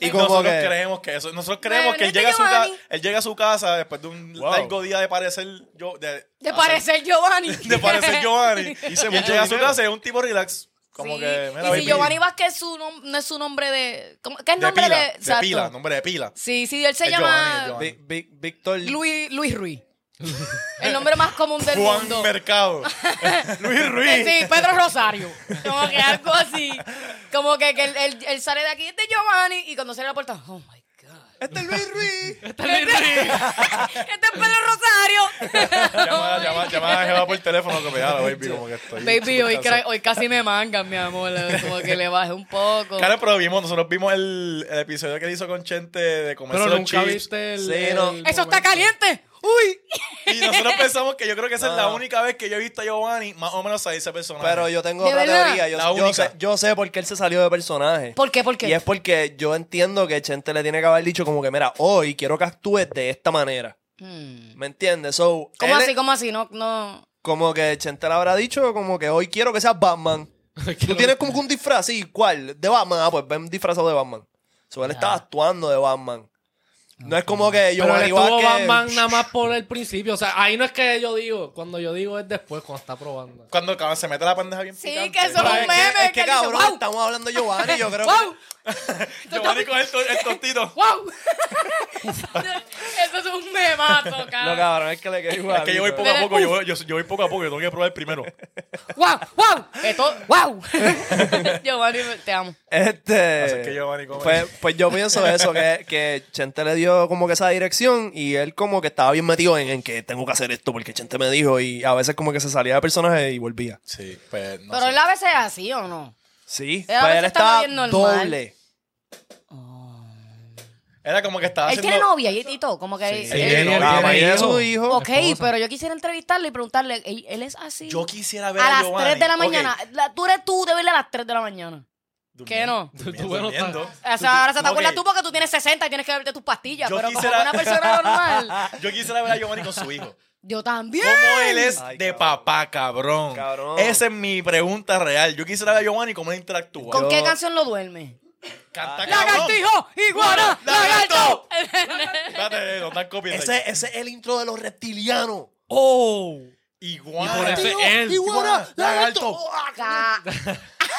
C: Y
A: como
C: nosotros
A: que-
C: creemos que eso. Nosotros creemos
B: Bueno,
C: que él
B: este
C: llega, a su ca-
B: Giovanni.
C: él llega a su casa después de un
A: Wow.
C: largo día de parecer yo de,
B: De parecer Giovanni.
C: de parecer Giovanni. Y, él llega a su casa y es un tipo relax. Como
B: Sí.
C: que, mira,
B: y
C: baby,
B: si Giovanni Vázquez es su nom- no es su nombre de. ¿cómo? ¿Qué es
C: de
B: nombre
C: pila,
B: de.?
C: de
B: exacto.
C: pila, nombre de pila.
B: Sí, sí, él se
C: Es Giovanni, es
B: llama
C: Giovanni.
A: Vi- Vi- Víctor
B: Luis, Luis Ruiz. El nombre más común del
C: Juan
B: mundo.
C: Mercado. Luis
B: Eh,
C: Ruiz.
B: Sí, Pedro Rosario. Como que algo así. Como que, que él, él- él sale de aquí, es de Giovanni, y cuando sale a la puerta, oh my God.
A: Este es Luis Ruiz.
F: Este es Luis Ruiz.
B: Este es Pedro Rosario.
C: Llamada, llamada, llamada a Jeva por teléfono que me llama, baby, como que estoy.
B: Baby, hoy,
C: cansado.
B: cra- hoy casi me mangan, mi amor. Como que le bajé un poco.
C: Claro, pero vimos, nosotros vimos el, el episodio que él hizo con Chente de comerse
F: Pero
C: los
F: nunca
C: chips.
F: viste el.
A: Sí, no.
F: el
B: ¡Eso está
F: momento.
B: caliente! ¡Uy!
C: Y nosotros pensamos que yo creo que esa es la
A: No.
C: única vez que yo he visto a Giovanni más o menos a ese personaje.
A: Pero yo tengo
B: ¿De
A: otra
B: verdad?
A: teoría. Yo,
C: La
A: yo
C: única.
A: sé, yo sé por qué él se salió de personaje.
B: ¿Por qué? ¿Por qué?
A: Y es porque yo entiendo que Chente le tiene que haber dicho como que, mira, hoy quiero que actúes de esta manera.
B: Hmm.
A: ¿Me entiendes? So,
B: ¿Cómo
A: él
B: así?
A: es-
B: ¿Cómo así? No, no.
A: Como que Chente le habrá dicho como que hoy quiero que seas Batman. Tú tienes como que un disfraz, sí, ¿cuál? De Batman. Ah, pues ven disfrazado de Batman. So, él estaba actuando de Batman. No es como que yo
F: Pero él estuvo
A: que...
F: Batman nada más por el principio. O sea, ahí no es que yo digo. Cuando yo digo es después, cuando está probando.
C: Cuando, cabrón, se mete la pendeja bien
B: Sí,
C: picante.
B: que eso
A: Pero
B: Los
A: es que-
B: memes
A: es
B: que
A: que,
B: él dice,
A: cabrón,
B: "Wow".
A: estamos hablando de Giovanni, yo creo que...
B: ¡Wow!
C: Giovanni con el, to- el tostito.
B: ¡Wow! Eso es un memazo,
A: Lo
B: cara.
A: cabrón es que le quedó igual.
C: Es que yo voy poco a poco, yo, voy- yo, yo voy poco a poco, yo tengo que probar primero.
B: ¡Wow! ¡Wow! Esto, ¡Wow! Giovanni, te amo.
A: Este.
C: Así que Giovanni come.
A: pues, pues yo pienso eso, que, que Chente le dio como que esa dirección y él como que estaba bien metido en, en que tengo que hacer esto porque Chente me dijo y a veces como que se salía de personaje y volvía.
C: Sí, pues no
B: Pero
C: sé.
B: él a veces es así, ¿o no?
A: Sí,
B: Él a
A: pero
B: veces
A: él
B: está
A: estaba
B: bien normal.
A: doble.
C: Era como que estaba
B: Él
C: haciendo...
B: tiene novia y, y todo, como que...
C: Sí,
B: él-
C: él tiene novia,
A: Nada más,
C: tiene
A: y era su
C: hijo.
A: hijo.
B: ok,
A: esposa.
B: pero yo quisiera entrevistarle y preguntarle, ¿él, él es así?
C: Yo quisiera ver a,
B: a las
C: Giovanni.
B: 3 de la
C: Ok,
B: mañana. La- tú eres tú de verle a las 3 de la mañana.
C: durmiendo,
B: ¿Qué no? Tú-
C: durmiendo,
F: tú bueno,
C: durmiendo.
B: O sea, ahora se te
C: Ok.
B: acuerdas tú porque tú tienes 60 y tienes que beberte tus pastillas.
C: Yo
B: pero
C: quisiera-
B: como una persona normal.
C: Yo quisiera ver a Giovanni con su hijo.
B: Yo también.
C: ¿Cómo él es
A: Ay,
C: de
A: cabrón.
C: papá, cabrón?
A: Cabrón.
C: Esa es mi pregunta real. Yo quisiera ver a Giovanni cómo él interactúa.
B: ¿Con
A: Yo- Ah.
B: qué canción lo duerme?
C: Canta, cabrón.
B: ¡Lagartijo! ¡Iguana!
C: ¡Lagarto!
B: ¡Lagarto!
C: Espérate, no están copiando.
A: Ese, ese es el intro de los reptilianos.
F: ¡Oh!
C: Igual.
F: Y por eso- Ese
A: Tío,
F: es él.
A: iguana,
C: Lagarto.
A: lagarto. Oh, ah,
B: Ca-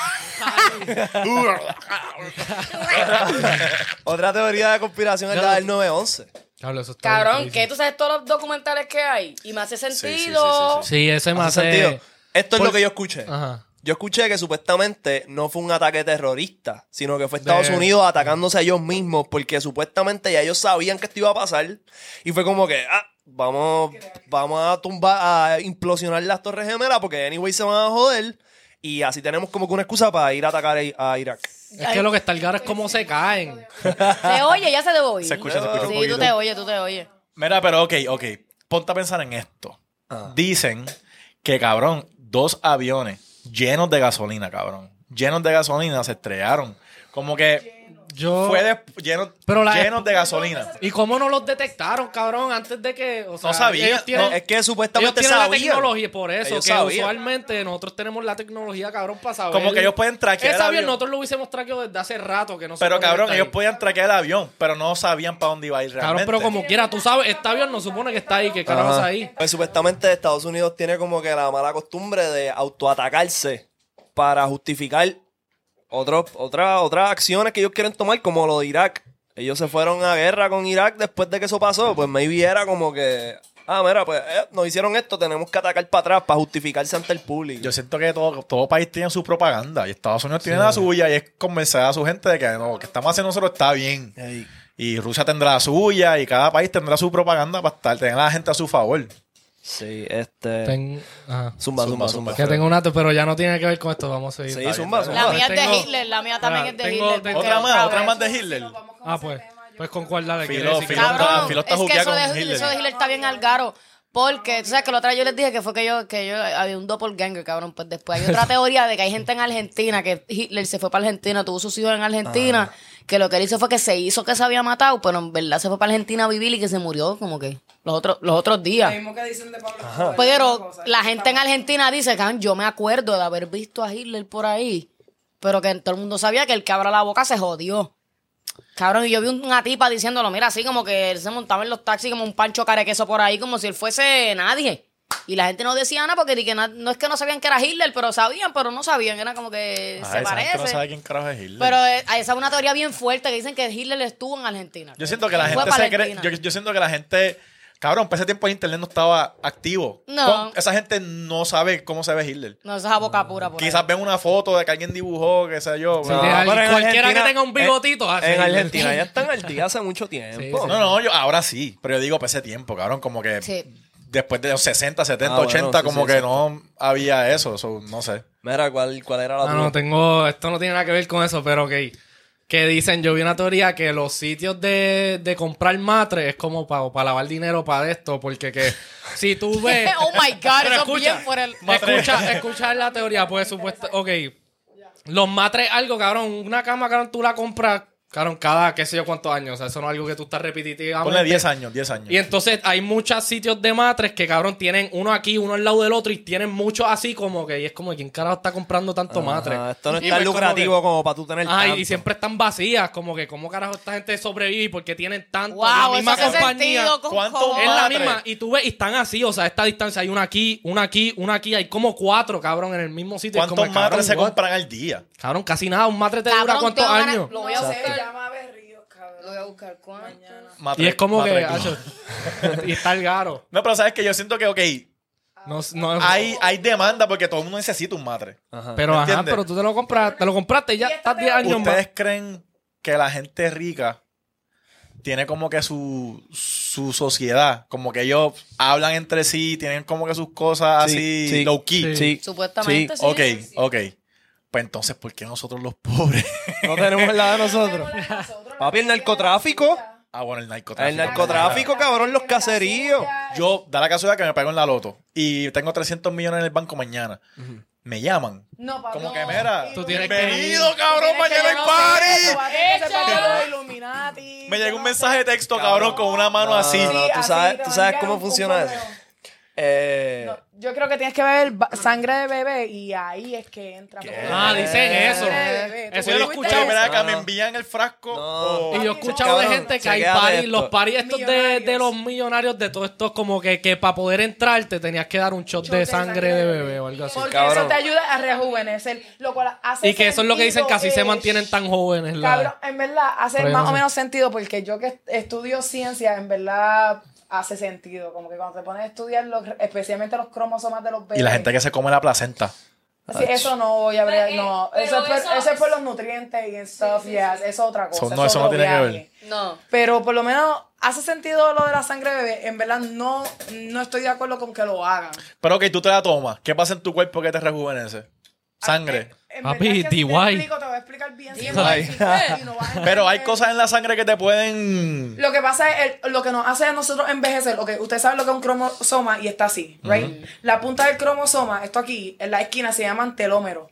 A: Otra teoría de conspiración es la del 911.
F: Cabrón, eso está
B: Cabrón,
F: bien
B: que tú sabes todos los documentales que hay y me hace
C: sí, sí,
B: sentido.
C: sí,
F: Sí, ese más
A: Hace sentido. Esto es
F: eh, Por- Ah.
A: lo que yo escuché.
F: Ajá.
A: Yo escuché que supuestamente no fue un ataque terrorista, sino que fue Estados
F: De-
A: Unidos atacándose a ellos mismos porque supuestamente ya ellos sabían que esto iba a pasar y fue como que, ah, vamos, vamos a tumbar, a implosionar las Torres Gemelas porque anyway se van a joder y así tenemos como que una excusa para ir a atacar a a Irak.
F: Es que lo que está el garo es cómo se caen.
B: Se oye, ya se debe oír.
C: Se escucha, se escucha un
B: Sí,
C: poquito.
B: tú te oyes, tú te oyes.
C: Mira, pero ok, ok. Ponte a pensar en esto.
A: Ah.
C: Dicen que, cabrón, dos aviones llenos de gasolina, cabrón. Llenos de gasolina se estrellaron. Como que
F: Yo.
A: Oh.
C: fue de- lleno-
F: Pero la-
C: llenos de gasolina.
F: ¿Y cómo no los detectaron, cabrón? Antes de que. O sea,
C: sabía,
F: Ellos tienen,
C: no,
A: Es que
F: ellos
A: supuestamente
F: tienen la
A: sabían.
F: tecnología, por eso.
A: Ellos
F: que
A: sabían.
F: usualmente nosotros tenemos la tecnología, cabrón, para saber.
C: Como que ellos pueden traquear
F: Ese
C: el
F: avión
C: avión.
F: nosotros lo hubiésemos traqueado desde hace rato. que no se
C: Pero,
F: pone
C: cabrón,
F: hasta
C: ellos
F: ahí.
C: podían traquear el avión, pero no sabían para dónde iba a ir
F: Cabrón,
C: realmente.
F: pero como quiera, tú sabes, este avión no supone que está ahí, que carajo
A: Ajá.
F: está ahí.
A: Pues supuestamente Estados Unidos tiene como que la mala costumbre de autoatacarse para justificar otro- otra- otras acciones que ellos quieren tomar, como lo de Irak. Ellos se fueron a guerra con Irak después de que eso pasó. Pues maybe era como que, ah, mira, pues eh, nos hicieron esto, tenemos que atacar para atrás para justificarse ante el público.
C: Yo siento que todo, todo país tiene su propaganda y Estados Unidos tiene la suya y es convencer a su gente de que no, lo que estamos haciendo nosotros está bien.
A: Ey,
C: Y Rusia tendrá la suya y cada país tendrá su propaganda para estar, tener a la gente a su favor.
A: sí, este...
F: Ten- ajá.
A: Zumba, zumba,
C: Zumba,
A: zumba.
C: zumba.
F: Que tengo una, pero ya no tiene que ver con esto. Vamos a seguir.
A: Sí,
F: Está bien,
A: zumba,
F: está bien.
B: La
A: Ah,
B: mía es de
F: Tengo-
B: Hitler, la mía también
F: Ah,
B: es de
F: tengo-
B: Hitler.
F: tengo-
B: porque
C: Otra más,
B: cabrón,
C: otra más de Hitler.
F: Ah, pues. Pues con cuál la de
C: Filo, filo,
B: Cabrón,
C: Filo está
B: es que eso
C: jugueado con
B: de,
C: Hitler.
B: eso de Hitler está bien al garo. Porque, tú sabes que la otra vez yo les dije que fue que yo, que yo había un doppelganger, cabrón. Pues después hay otra teoría de que hay gente en Argentina, que Hitler se fue para Argentina, tuvo sus hijos en Argentina,
C: Ah.
B: que lo que él hizo fue que se hizo que se había matado, pero en verdad se fue para Argentina a vivir y que se murió como que los otros, los otros
D: Lo
B: días.
D: mismo que dicen de Pablo Escobar, una
B: Pero
D: cosa,
B: la
D: que
B: gente en
D: estamos-
B: Argentina dice, "Can, yo me acuerdo de haber visto a Hitler por ahí, pero que todo el mundo sabía que el que abra la boca se jodió. Cabrón, y yo vi una tipa diciéndolo, mira, así como que él se montaba en los taxis como un pancho carequeso por ahí, como si él fuese nadie. Y la gente no decía nada porque di que na- no es que no sabían que era Hitler, pero sabían, pero no sabían, era como que
C: Ah,
B: se
C: esa gente
B: parece.
C: no sabe quién carajo es Hitler.
B: pero eh, esa es una teoría bien fuerte que dicen que Hitler estuvo en Argentina.
C: yo siento que la
B: Fue
C: gente
B: para
C: se cree,
B: Argentina.
C: yo, yo siento que la gente Cabrón, para ese tiempo el internet no estaba activo.
B: No.
C: Con- Esa gente no sabe cómo se ve Hitler.
B: No, eso es a boca pura. Por ahí.
C: Quizás ven una foto de que alguien dibujó, qué sé yo.
F: Sí,
C: bla,
F: de
C: bla,
F: al-
C: bla.
A: pero en
F: cualquiera que
A: Argentina-
F: tenga un bigotito ah, así.
A: En Argentina ya están al día hace mucho tiempo.
F: Sí,
C: No, no, yo ahora sí. Pero yo digo para ese tiempo, cabrón, como que
B: Sí.
C: después de los 60, 70,
A: Ah, bueno,
C: 80,
A: sí,
C: como
A: sí,
C: que
A: sí.
C: no había eso. so, no sé.
A: Mira, ¿cuál, cuál era la
F: Ah, no,
A: tuya?
F: tengo. Esto no tiene nada que ver con eso, pero ok. Que dicen, yo vi una teoría que los sitios de, de comprar matre es como para lavar dinero para esto, porque que si tú ves.
B: oh my God,
F: Pero
B: eso es
F: escucha,
B: bien fuera el.
F: Escucha, escucha la teoría, pues supuesto. Ok. Los matres, algo, cabrón. Una cama, cabrón, tú la compras, cabrón, cada qué sé yo cuántos años. O sea, eso no es algo que tú estás repetitivamente.
C: Ponle 10 años, 10 años.
F: Ah, Y entonces hay muchos sitios de matres que, cabrón, tienen uno aquí, uno al lado del otro y tienen muchos así como que. Y es como, ¿quién carajo está comprando tanto matre?
A: Ajá, esto no
F: Y
A: es tan
F: pues, como
A: lucrativo
F: que-
A: como, para tú tener
F: Ay,
A: tanto.
F: y siempre están vacías, como que, ¿cómo carajo esta gente sobrevive y por qué tienen tanto?
B: Wow,
F: la
B: eso
F: misma
B: hace
F: compañía.
B: sentido. Con
C: ¿Cuánto
B: cojones.
F: Es la
C: Madre.
F: misma. Y tú ves, y están así, o sea, esta distancia. Hay una aquí, una aquí, una aquí. Hay como cuatro, cabrón, en el mismo sitio. Es como,
C: ¿Cuántos matres se
F: cabrón, what?
C: compran al día?
F: Cabrón, casi nada. Un matre te
B: Cabrón,
F: dura cuántos
B: tengo ganas-
F: años.
B: Lo voy a
D: Se
B: buscar.
D: llama Berríos, cabrón.
B: Lo voy a buscar. ¿Cuánto?
C: Matre-
F: Y es como que.
C: matre aquí.
F: acho, y está el garo.
C: No, pero sabes que yo siento que, ok,
F: No, no,
C: hay, hay demanda porque todo el mundo necesita un matre.
A: Ajá.
F: pero
C: ¿me
F: ajá,
C: entiendes?
F: pero tú te lo compraste, te lo compraste y ya
D: Y esta
F: estás 10
D: teoría-
F: años más.
C: ¿Ustedes creen que la gente rica tiene como que su, su sociedad? Como que ellos hablan entre sí, tienen como que sus cosas
A: Sí,
C: así
A: sí.
C: low key.
A: Sí.
B: Supuestamente sí.
C: Ok, ok. Pues entonces, ¿por qué nosotros los pobres?
A: No tenemos la de nosotros. Papi, el narcotráfico.
C: ah, bueno, el narcotráfico.
A: El narcotráfico, cabrón, los caseríos.
C: Yo, da la casualidad que me pego en la loto y tengo 300 millones en el banco mañana. Me llaman.
D: No, papi.
C: Como
D: no.
C: que, mira,
F: Tú tienes que-
C: bienvenido, cabrón,
D: Tienes que
C: mañana hay
D: yo no sé,
C: party.
D: papá, tienes que
B: Hecho.
D: ser parte de los Illuminati,
C: Me
D: yo
C: llegó un
D: no
C: mensaje de
D: sé.
C: texto, cabrón, con una mano
A: No,
C: así.
A: no, no, tú
D: así,
A: sabes,
D: te
A: tú
D: van a
A: sabes
D: llegar
A: cómo
D: un- un
A: funciona
D: correo.
A: eso. Eh,
D: No, yo creo que tienes que beber ba- sangre de bebé y ahí es que entra.
F: Ah, dicen eso.
D: Eh,
F: Eso
D: tú
F: yo lo he
D: fuiste
F: escuchado.
C: Oye, mira acá,
A: No.
C: me envían el frasco. oh.
A: No.
C: o-
F: Y yo he escuchado
A: Cabrón,
F: de gente que hay
A: chequéate
F: paris,
A: esto.
F: los paris estos de,
D: Millonarios.
F: de los millonarios, de todos estos, como que, que para poder entrar te tenías que dar un shot, de, sangre de bebé o algo así.
D: Porque
A: Cabrón.
D: eso te ayuda a rejuvenecer, lo cual hace
F: Y que eso es lo que dicen, que así se
D: sentido, eh,
F: mantienen tan jóvenes. la-
D: Cabrón, en verdad hace
F: Pero yo
D: más
F: no
D: o
F: sé.
D: menos sentido porque yo que estudio ciencia, en verdad hace sentido. Como que cuando te pones a estudiar los- especialmente los cromosomas de los bebés.
C: Y la gente que se come la placenta.
D: Sí, eso no voy a ver,
B: Pero,
D: no.
B: eh,
D: Eso es,
B: pero
D: por,
B: eso
D: eso es por
B: es-
D: los nutrientes y en stuff, yes, eso es otra cosa.
C: Eso no- eso no
D: otro
C: tiene que ver.
D: viaje.
B: No.
D: Pero por lo menos hace sentido lo de la sangre de bebé. En verdad no, no estoy de acuerdo con que lo hagan.
C: Pero ok, tú te la tomas. ¿Qué pasa en tu cuerpo que te rejuvenece? Sangre.
D: Ah, eh, En
F: Papi,
D: verdad que si te
F: DY.
D: explico, te voy a explicar bien.
B: DY.
D: eh, Y no
F: eh.
D: vas a
C: Pero hay
D: entender.
C: cosas en la sangre que te pueden...
D: Lo que pasa es el- lo que nos hace a nosotros envejecer. Ok, usted sabe lo que es un cromosoma y está así, right? La punta del cromosoma, esto aquí, en la esquina, se llaman telómeros.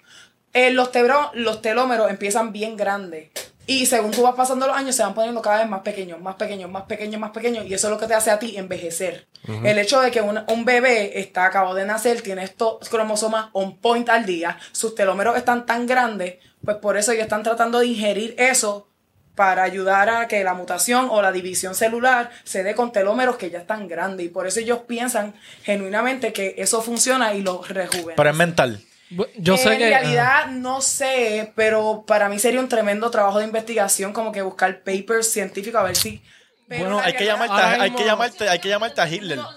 D: Eh, los, tebro- los telómeros empiezan bien grandes. Y según tú vas pasando los años, se van poniendo cada vez más pequeños, más pequeños, más pequeños, más pequeños. Y eso es lo que te hace a ti envejecer. El hecho de que un, un bebé está acabado de nacer, tiene estos cromosomas on point al día, sus telómeros están tan grandes, pues por eso ellos están tratando de ingerir eso para ayudar a que la mutación o la división celular se dé con telómeros que ya están grandes. Y por eso ellos piensan genuinamente que eso funciona y lo rejuvenece.
C: Pero es mental.
F: Bu- Yo
D: en
F: sé que.
D: realidad no sé, pero para mí sería un tremendo trabajo de investigación como que buscar papers científicos a ver si... pero
F: Bueno,
D: la
C: Hay que
D: realidad-
C: llamarte,
F: Ahora
C: a- hay que
F: mismo-
C: llamarte, hay que llamarte a Hitler.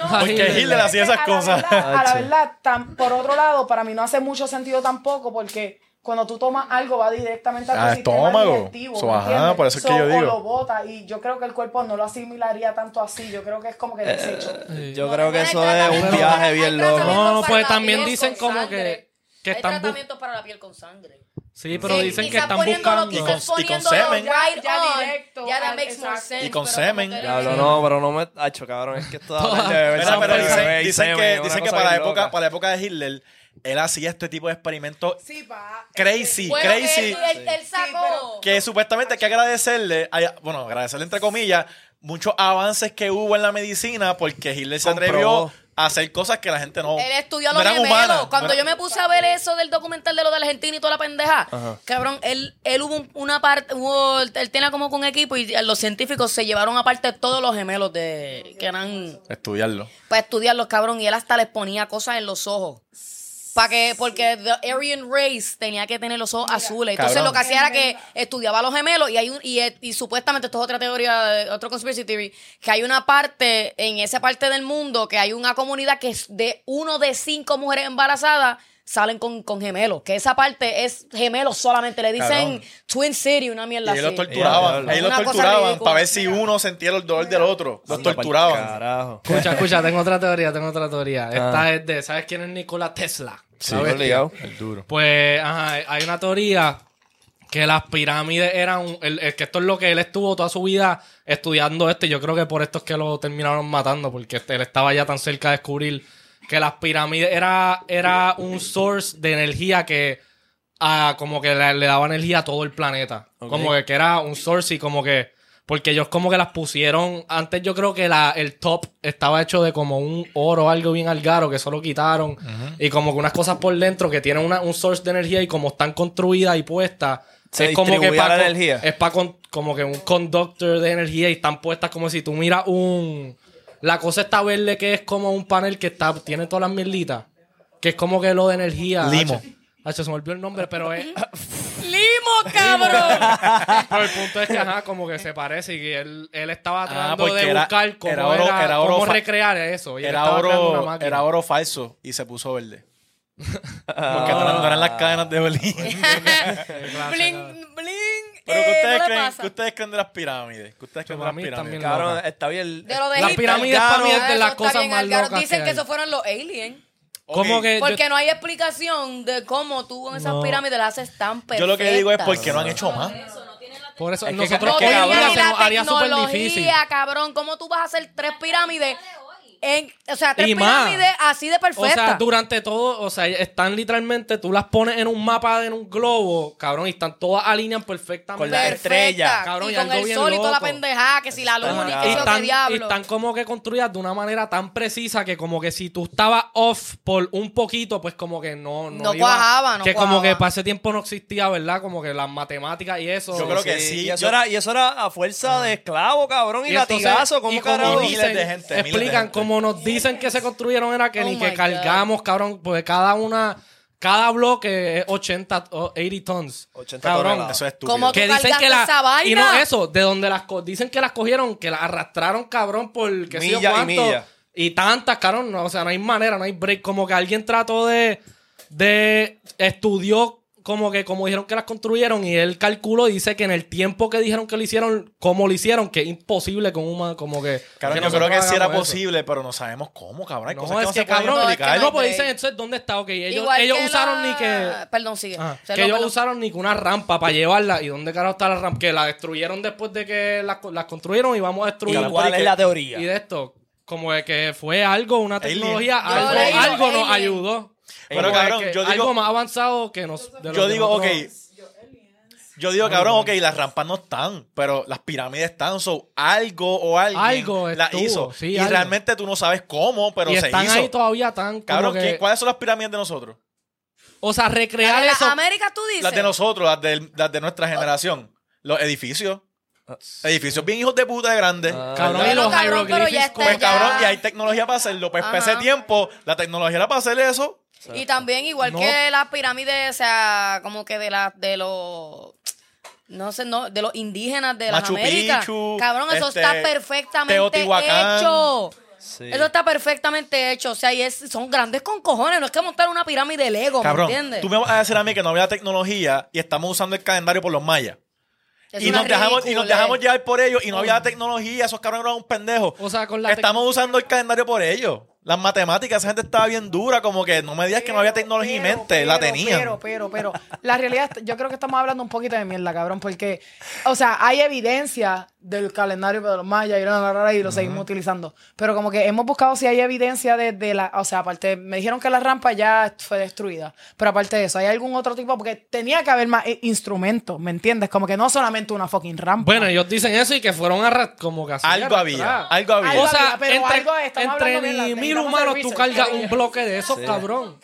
F: Ah,
C: Porque
F: Hitler.
C: Hitler hacía esas
D: a la
C: cosas.
D: verdad- a la
A: Ah, sí.
D: verdad, tam- por otro lado, para mí no hace mucho sentido tampoco porque cuando tú tomas algo va directamente a tu
C: Al estómago.
D: estómago. digestivo.
C: So,
D: ¿me
C: ajá,
D: entiendes?
C: por eso es que yo
D: o
C: digo.
D: lo bota y yo creo que el cuerpo no lo asimilaría tanto así. Yo creo que es como
C: Eh,
D: que desecho.
A: yo
B: No,
A: creo que
B: hay
A: eso es
B: tratamiento
A: un
B: para-
A: viaje
B: hay
A: bien
B: tratamiento
A: loco.
F: No,
B: para
F: pues
B: la
F: también
B: piel
F: dicen
B: con
F: como
B: sangre.
F: que- que
B: Hay
F: están bu-
B: tratamientos para la piel con sangre.
F: Sí, pero
B: Sí,
F: dicen que
B: quizás
F: están
B: poniéndolo,
F: buscando.
B: quizás
C: Y con- y con
B: poniéndolo
C: semen.
B: right
D: Ya
B: on,
D: directo,
B: ya that
D: al-
B: makes more
D: exacto.
B: sense,
C: Y con
B: pero como
C: semen.
B: que-
A: Diablo, no, pero no me. Hacho, cabrón, es que esto de hablar de beber
C: Espera,
A: sangre,
C: espera, dicen-
A: beber
C: dicen,
A: semen,
C: que,
A: es una
C: dicen que
A: cosa
C: para la,
A: bien
C: época,
A: loca.
C: para la época de Hitler, él hacía este tipo de experimentos
D: Sí, pa. eh,
C: crazy,
B: Bueno,
C: crazy.
B: Él, él- él sacó.
D: Sí, pero-
C: que supuestamente hay que agradecerle, a- bueno, agradecerle entre comillas, muchos avances que hubo en la medicina porque Hitler se
A: Comprobó.
C: atrevió a hacer cosas que la gente no.
B: Él estudió a
C: no
B: los
C: eran
B: gemelos.
C: humanas.
B: Cuando
C: No
B: yo me puse a ver eso del documental de lo de Argentina y toda la pendeja, cabrón, él, él hubo un- una parte, hubo, él tenía como con equipo y los científicos se llevaron aparte todos los gemelos de que eran
C: eran- Estudiarlo.
B: para estudiarlos, cabrón, y él hasta les ponía cosas en los ojos. Para que, porque the Aryan race tenía que tener los ojos azules. Entonces
C: Cabrón.
B: lo que hacía era que estudiaba a los gemelos y hay un, y, y supuestamente esto es otra teoría, eh, otro conspiracy theory, que hay una parte, en esa parte del mundo, que hay una comunidad que es de uno de cinco mujeres embarazadas salen con, con gemelos. Que esa parte es gemelos solamente. Le dicen
C: Cabrón.
B: Twin City, una
C: Y
B: mierda
C: ellos
B: así.
C: los
A: Ya,
C: torturaban.
A: ya,
C: Ellos los
B: Una cosa
C: torturaban
B: ridícula.
C: para ver si uno sentía el dolor del otro. Los
A: Anda pa'l
C: torturaban.
A: Carajo.
F: Escucha, escucha, tengo otra teoría, tengo otra
C: Ah.
F: teoría. Esta es de, ¿sabes quién es Nikola Tesla?
A: Sí,
F: La bestia.
A: obligado.
C: El duro.
F: Pues, ajá, hay una teoría que las pirámides eran. un- el- el- que esto es lo que él estuvo toda su vida estudiando esto. Y yo creo que por esto es que lo terminaron matando, porque este, él estaba ya tan cerca de descubrir que las pirámides era, era un source de energía que. ah, como que le, le daba energía a todo el planeta.
A: Ok.
F: Como que, que era un source y como que. Porque ellos como que las pusieron. Antes yo creo que la, el top estaba hecho de como un oro o algo bien algaro que solo quitaron. Y como que unas cosas por dentro que tienen una- un source de energía y como están construidas y puestas.
A: Se
F: es como que
A: distribuía
F: para
A: la energía.
F: Es para como que un conductor de energía y están puestas como si tú miras un. La cosa está verde que es como un panel que está, tiene todas las mierditas. Que es como que lo de energía.
C: Limo.
F: H, se me olvidó el nombre, pero es.
B: ¡Limo, cabrón!
F: Pero el punto es que, ajá, como que se parece y que él, él estaba tratando
C: Ah, porque
F: de
C: era-
F: buscar cómo,
C: era oro-
F: era-
C: era oro
F: cómo
C: fa-
F: recrear eso. Y él
C: Era
F: estaba creando una
C: oro,
F: máquina.
C: era oro falso y se puso verde.
A: Ah.
C: Porque
F: Ah.
C: no eran las cadenas de Berlín.
B: bling, bling.
C: Pero
B: eh,
C: que ustedes,
B: no le
C: creen,
B: pasa.
C: que ustedes creen de las pirámides. Que ustedes creen de las
F: Chumamil
C: pirámides.
F: también.
A: Cabrón, está bien.
B: De lo de
F: Las
B: Egipto.
F: pirámides para mí es
B: Ah,
F: de
B: eso
F: las
B: está
F: cosas
B: bien
F: más
B: al garete.
F: locas
B: Dicen
F: que
B: que,
F: hay.
B: esos fueron los aliens.
F: Como
C: Ok,
F: que yo-
B: Porque no hay explicación de cómo tú con esas pirámides las haces tan perfectas.
C: Yo lo que digo es porque no han hecho más.
F: por eso
A: Es que
F: nosotros
A: creo
B: No
A: que
F: hoy en
B: tenía
A: cabrón.
F: día
B: ni
F: se nos
B: la
F: haría súper difícil.
B: tecnología, cabrón. ¿Cómo tú vas a hacer tres pirámides? En, o sea, tres
F: Y más.
B: pirámides así de
F: O sea,
B: perfectas.
F: durante todo, o sea, están literalmente, tú las pones en un mapa, en un globo, cabrón, y están todas alinean perfectamente.
A: Con la
B: Perfectas.
A: estrella.
F: Cabrón,
B: y
F: y
B: con
F: algo
B: el
F: bien
B: sol y toda la
F: loco.
B: pendejada, que si la luna,
A: Ajá.
B: y
F: y
B: que si
F: están,
B: qué diablo.
F: y están como que construidas de una manera tan precisa que como que si tú estabas off por un poquito, pues como que no... No,
B: No cuajaba, no
F: Que como
B: cuajaba.
F: que para ese tiempo no existía, ¿verdad? Como que las matemáticas y eso.
C: Yo creo que sí,
A: Y eso,
C: yo-
A: era, y eso era a fuerza de esclavo, cabrón, y,
F: entonces-
A: latigazo.
F: y
A: ¿Cómo
F: como
A: carajo?
C: dice- Miles de gente, miles de
F: Explican
C: gente.
F: como nos dicen que se construyeron era que
B: Oh
F: ni
B: my
F: que
B: God.
F: cargamos, cabrón, porque cada una, cada bloque es 80, o 80 tons.
A: 80
F: cabrón.
A: toneladas.
C: Eso es estúpido.
B: Como-
F: Que
B: ¿Tú
F: dicen que
B: cargaste
F: la
B: esa vaina?
F: y no eso, de donde las co- dicen que las cogieron, que las arrastraron cabrón por qué sé yo
A: Milla y
F: cuánto,
A: milla.
F: y tantas, cabrón, no, o sea, no hay manera, no hay break, como que alguien trató de de estudió como que como dijeron que las construyeron y él calculó y dice que en el tiempo que dijeron que lo hicieron, como lo hicieron, que es imposible con un ma- como que
C: Cabrón,
F: que
C: yo creo
F: nosotros
C: que sí era
F: hagamos eso.
C: posible, pero no sabemos cómo, cabrón. Hay
F: No,
C: cosas
F: es que,
C: no se pueden
F: cabrón,
B: explicar.
F: no, pues
B: hay
F: dicen,
B: break.
F: entonces, ¿dónde está? Ok, ellos,
B: Igual
F: ellos
B: que
F: usaron
B: la-
F: ni que...
B: Perdón, sigue.
F: Ajá.
B: Se
F: que
B: lo-
F: ellos
B: perdón.
F: usaron ni que una rampa para llevarla. ¿Y dónde carajo está la rampa? Que la destruyeron después de que las las construyeron y vamos a
A: ¿Y
F: destruir.
A: cuál es la teoría?
F: Y de esto, como de que fue algo, una
C: Alien.
F: tecnología,
B: Yo
F: algo,
B: leí
F: algo
B: alien.
F: nos ayudó.
C: Pero,
F: Como de
C: cabrón,
F: que
C: yo digo-
F: algo más avanzado que nos. de lo
C: Yo
F: que
C: digo, ok.
F: nosotros-
C: Yo digo, cabrón, ok, las rampas no están, pero las pirámides están, so algo o alguien
F: Algo
C: la
F: estuvo,
C: hizo.
F: sí,
C: y
F: algo.
C: realmente tú no sabes cómo, pero
F: y
C: se
F: están
C: hizo.
F: ahí todavía tan. como
C: cabrón,
F: que-
C: ¿quién- ¿cuáles son las pirámides de nosotros?
F: O sea,
B: La
F: recrear
B: de la
F: eso.
B: América tú dices.
C: Las de nosotros, las de, las de nuestra generación. Los edificios.
A: Ah,
C: Edificios bien hijos de puta de grandes.
F: Ah, Cabrón,
B: Bueno,
F: y los
B: cabrón, pero ya
F: hieroglíficos.
B: está
C: Pues
B: ya.
C: cabrón, y hay tecnología para hacerlo. Pues para ese
B: Ajá.
C: tiempo, la tecnología era para hacer eso.
B: Y también igual
F: No.
B: que las pirámides, o sea, como que de las de los no sé, no, de los indígenas de las
C: Machu
B: Américas.
C: Picchu,
B: Cabrón, eso
C: este,
B: está perfectamente
C: Teotihuacán.
B: hecho.
A: Sí.
B: Eso está perfectamente hecho. O sea, y es- son grandes con cojones. No es que montar una pirámide de Lego,
C: Cabrón,
B: ¿me entiendes?
C: tú me vas a decir a mí que no había tecnología y estamos usando el calendario por los mayas.
B: Es
C: Y
B: una
C: nos, dejamos, y nos
B: ridiculez.
C: dejamos llevar por ellos y no había tecnología, esos cabrones eran un pendejo.
F: O sea, con la
C: Estamos usando el calendario por ellos. Las matemáticas, esa gente estaba bien dura, como que no me digas que no había tecnología en mente, la tenían.
D: Pero, pues, pero, pero. La realidad, es- yo creo que estamos hablando un poquito de mierda, cabrón, porque, o sea, hay evidencia del calendario de los mayas y, la, la, la, la, y lo seguimos utilizando. Pero como que hemos buscado si hay evidencia de, de la. O sea, aparte, me dijeron que la rampa ya fue destruida. Pero aparte de eso, ¿hay algún otro tipo? Porque tenía que haber más eh, instrumentos, ¿me entiendes? Como que no solamente una fucking rampa.
F: Bueno, ellos dicen eso y que fueron arra- como que así
C: Algo había,
F: arrastradas.
C: algo había.
D: Algo
F: O sea,
D: había, pero
F: entre,
D: algo estamos
F: entre
D: hablando de la-
F: ni mil
D: necesitamos
F: humanos
D: hacer
F: tú
D: research
F: cargas
D: todavía.
F: un bloque de esos, cabrón.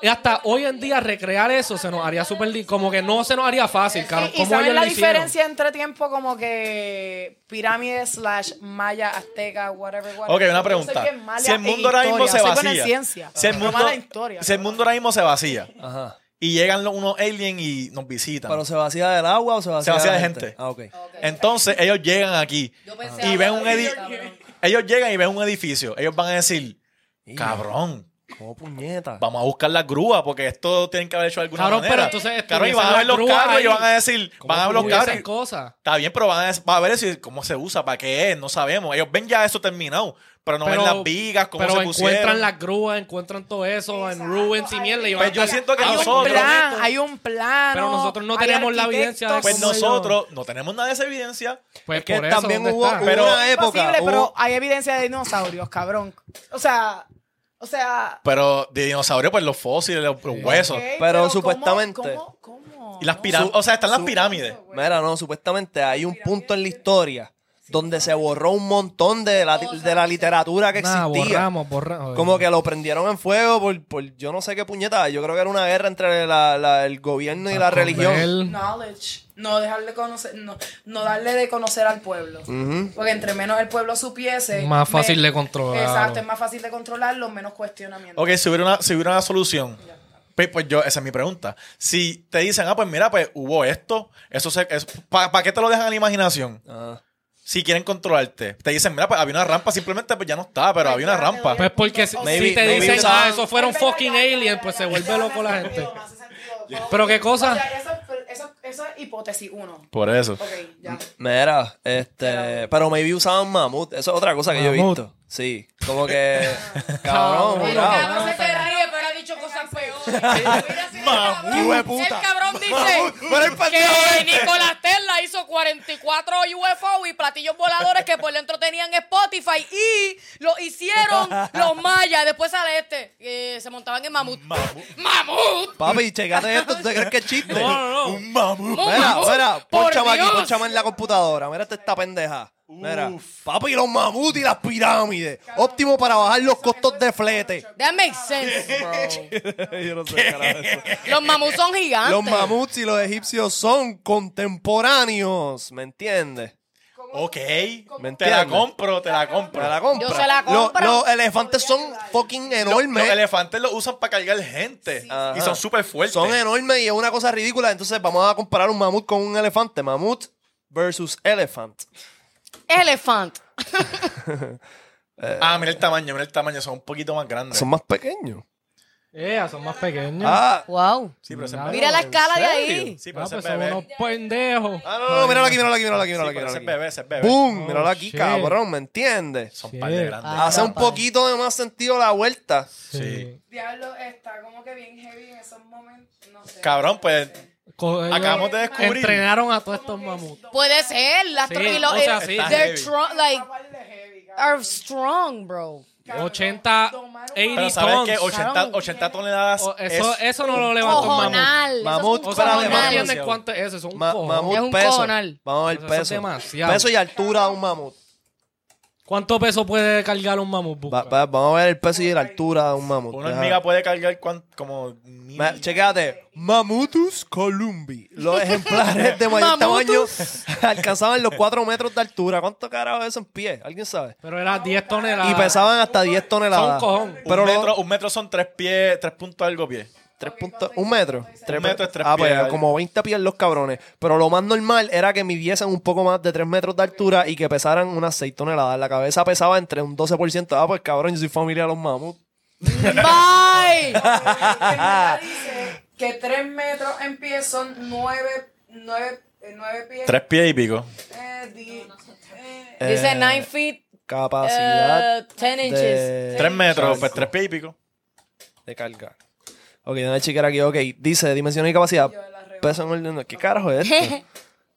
F: y hasta hoy en día recrear eso se nos haría súper di- como que no se nos haría fácil, cabrón.
D: Y, y
F: ¿Cómo
D: saben
F: ellos
D: la
F: lo hicieron?
D: diferencia entre tiempo como que pirámide slash maya, azteca, whatever, whatever.
C: Ok, una
D: Yo
C: pregunta.
D: soy bien mala
C: Si el
D: en
C: mundo ahora mismo
D: historia,
C: se
D: soy buena en
C: vacía.
D: ciencia,
C: Si el
D: pero
C: mundo,
D: mala en historia,
C: si el
D: cabrón.
C: mundo ahora mismo se vacía
A: Ajá.
C: y llegan los- unos aliens y nos visitan.
A: ¿Pero se vacía del agua o se vacía,
C: vacía
A: de
C: de
A: gente?
C: gente.
A: Ah, ok.
C: Entonces ellos llegan aquí
B: Yo pensé
C: y ven un
B: algo así,
C: edificio.
B: cabrón.
C: Ellos llegan y ven un edificio. Ellos van a decir,
A: Y-
C: cabrón,
A: ¿Cómo puñeta?
C: vamos a buscar las grúas porque esto tienen que haber hecho de alguna
F: Cabrón,
C: manera.
F: pero entonces
C: Cabrón, y van a
F: estuviesen
C: ver los
F: las grúas
C: carros y
F: ahí.
C: van a decir,
A: ¿Cómo
C: van a ver los
A: tuviesen
C: carros.
F: Esas
C: y-
F: cosas.
C: Está bien, pero van a, va a ver eso y cómo se usa, para qué es, no sabemos. Ellos ven ya eso terminado, pero no ven las vigas, cómo
F: pero
C: se pusieron.
F: encuentran las grúas, encuentran todo eso en ruins y mierda. y van
C: Pues yo
F: a-
C: siento que
F: Ah,
D: hay un
C: nosotros-
D: plan, hay un plan.
F: Pero nosotros no tenemos la evidencia de
C: Pues
F: ¿Cómo
C: nosotros no tenemos nada de esa evidencia.
F: Pues
A: Es que
F: por eso,
A: también
F: ¿dónde
A: hubo-
F: está?
A: hubo
C: Pero-
A: una época.
D: Posible, pero
A: hubo-
D: hay evidencia de dinosaurios, cabrón. O sea, o sea,
C: Pero de dinosaurio, pues los fósiles, los, los huesos.
D: ok,
A: pero
D: ¿cómo-
A: supuestamente-
D: ¿Cómo? cómo
C: Y las
D: no?
C: pirámides. O sea, están las
A: su-
C: pirámides.
A: Mira, no, supuestamente hay un punto en la historia donde se borró un montón de la, de la literatura que
F: Nah,
A: existía.
F: borramos, borramos.
A: Como que lo prendieron en fuego por, por yo no sé qué puñeta. Yo creo que era una guerra entre la- la- el gobierno y la religión.
D: Knowledge. No dejarle conocer, no, no darle de conocer al pueblo. Porque entre menos el pueblo supiese.
F: Más fácil de controlarlo.
D: Exacto, es más fácil de controlarlo, menos cuestionamiento.
C: Ok, si hubiera una, si hubiera una solución. Pues, pues yo, esa es mi pregunta. Si te dicen, ah, pues mira, pues hubo esto, eso se. ¿Para qué te lo dejan a la imaginación?
A: Ah.
C: Si quieren controlarte. Te dicen, mira, pues había una rampa, simplemente pues ya no está, pero había una rampa.
F: Pues porque si,
A: Maybe-
F: si te
A: maybe
F: dicen,
A: usaban-
F: ah, eso fueron fucking aliens, pues se vuelve loco la gente. Pero qué cosa.
D: O sea, eso, eso- eso es hipótesis uno.
C: Por eso.
D: Ok, ya.
A: Mira, este. Pero maybe usaban mamut. Eso es otra cosa que yo he
F: Mamut.
A: visto. Sí. Como que. cabrón,
B: El
A: jurado.
B: cabrón se te ríe, pero ha dicho cosas peores.
A: Mamut, hijo de puta.
B: El cabrón
A: Mamut,
B: dice
A: pero el partido
B: que
A: este.
B: Nicolás Tesla hizo 44 UFO y platillos voladores que por dentro tenían Spotify y lo hicieron los mayas. Después sale este, que se montaban en mamut. ¡Mamut!
A: Papi, checate esto. ¿Tú te crees que es chiste?
F: No, no, no.
A: Mira, mira,
B: Por
A: ponchame aquí,
B: Dios.
A: ponchame en la computadora. Mira esta- esta pendeja. Mira, papi, los mamuts y las pirámides. Óptimo para bajar los costos de flete.
B: That makes sense, bro.
A: Yo no sé, carajo, eso.
B: Los mamuts son gigantes.
A: Los mamuts y los egipcios son contemporáneos, ¿me entiendes?
C: Ok.
A: ¿Me
C: Te la
A: entiendes?
C: compro, te la compro.
A: Me la compra.
B: Yo se la
A: Lo-
B: compro.
A: Los, elefantes son fucking enormes.
C: Los elefantes los usan para cargar gente.
A: Ajá.
C: Y son súper fuertes.
A: son enormes y es una cosa ridícula. Entonces vamos a comparar un mamut con un elefante. Mamut versus elephant.
B: Elephant.
C: Ah, mira el tamaño, mira el tamaño. Son un poquito más grandes.
A: Son más pequeños.
F: Eh, son más pequeños.
A: Ah,
B: Wow.
C: Sí, pero ese
F: Mira.
C: bebé.
B: Mira la escala de
A: Oh, serio?
B: ahí.
C: Sí, pero
F: Ah,
C: ese
F: pues
C: es
F: son
C: bebé.
F: unos pendejos.
A: ah, no, no, no, míralo aquí, míralo aquí, míralo aquí,
C: Sí,
A: míralo aquí.
C: pero ese es
A: míralo aquí.
C: bebé, ese es bebé.
A: ¡Boom!
F: Oh,
A: míralo aquí,
F: shit.
A: cabrón, ¿me entiendes?
C: Son
F: Sí.
C: par de grandes.
B: Ah.
A: Hace un
B: papá.
A: poquito de más sentido la vuelta.
C: Sí.
D: Diablo está como que bien heavy en esos momentos. No sé.
C: Cabrón, pues
F: Co- ellos
C: acabamos de descubrir.
F: Entrenaron a todos estos mamuts.
B: Puede ser. Las
F: Sí,
B: tro- y los-
F: o sea,
B: eh,
F: sí.
B: They're
C: Está heavy.
B: strong, like,
D: Par de heavy, cabrón.
B: are strong, bro.
F: 80,
C: Pero
F: 80
C: sabes
F: tons.
C: que 80,
B: Cabrón.
C: 80 toneladas
F: O- eso,
C: es,
F: eso no lo levantó un mamut.
B: Cojonal.
A: Mamut,
B: Eso
F: O
B: es
F: sea,
B: un
F: no- no
A: Cojonal.
F: entiendes
C: Demasiado.
F: cuánto es eso. Es un
A: Ma-
F: cojón.
A: mamut
B: Es un
A: peso.
B: cojonal.
A: Vamos a
F: Eso
A: ver
F: es
A: peso.
F: demasiado.
A: Peso y altura de un mamut.
F: ¿Cuánto peso puede cargar un mamut?
A: Va-
F: Busca.
A: va- vamos a ver el peso y la altura de un mamut.
C: una
A: Deja-
C: hormiga puede cargar cuan- como mil-
A: Ma- Checate, Mamutus columbi. Los ejemplares de mayor tamaño
B: Mamutus.
A: alcanzaban los 4 metros de altura. ¿Cuánto carajo es eso en pie? ¿Alguien sabe?
F: Pero era 10 toneladas.
A: Y pesaban hasta 10 toneladas.
F: Son un cojón.
A: Pero
C: Ah, un, metro,
A: los
C: un metro son tres pies, tres puntos algo pie.
A: Tres punto- un metro. Tres
C: Un metro es tres
A: Ah, pues,
C: pies.
A: como 20 pies los cabrones. Pero lo más normal era que midiesen un poco más de 3 metros de altura y que pesaran unas 6 toneladas. La cabeza pesaba entre un 12%. Ah, pues cabrón, yo soy familia de los mamuts.
B: Bye.
D: Ah. dice que 3 metros en pie son 9, 9, 9 eh, pies.
C: Tres pies y pico.
D: Eh, di- eh,
B: Dice 9 feet,
A: Capacidad
B: eh, 10 inches.
A: de,
C: Tres metros,
A: Exacto.
C: pues tres pies y pico.
A: de carga. Ok, déjame chequear aquí. Ok, dice dimensión y capacidad. Peso en orden. ¿Qué carajo es esto?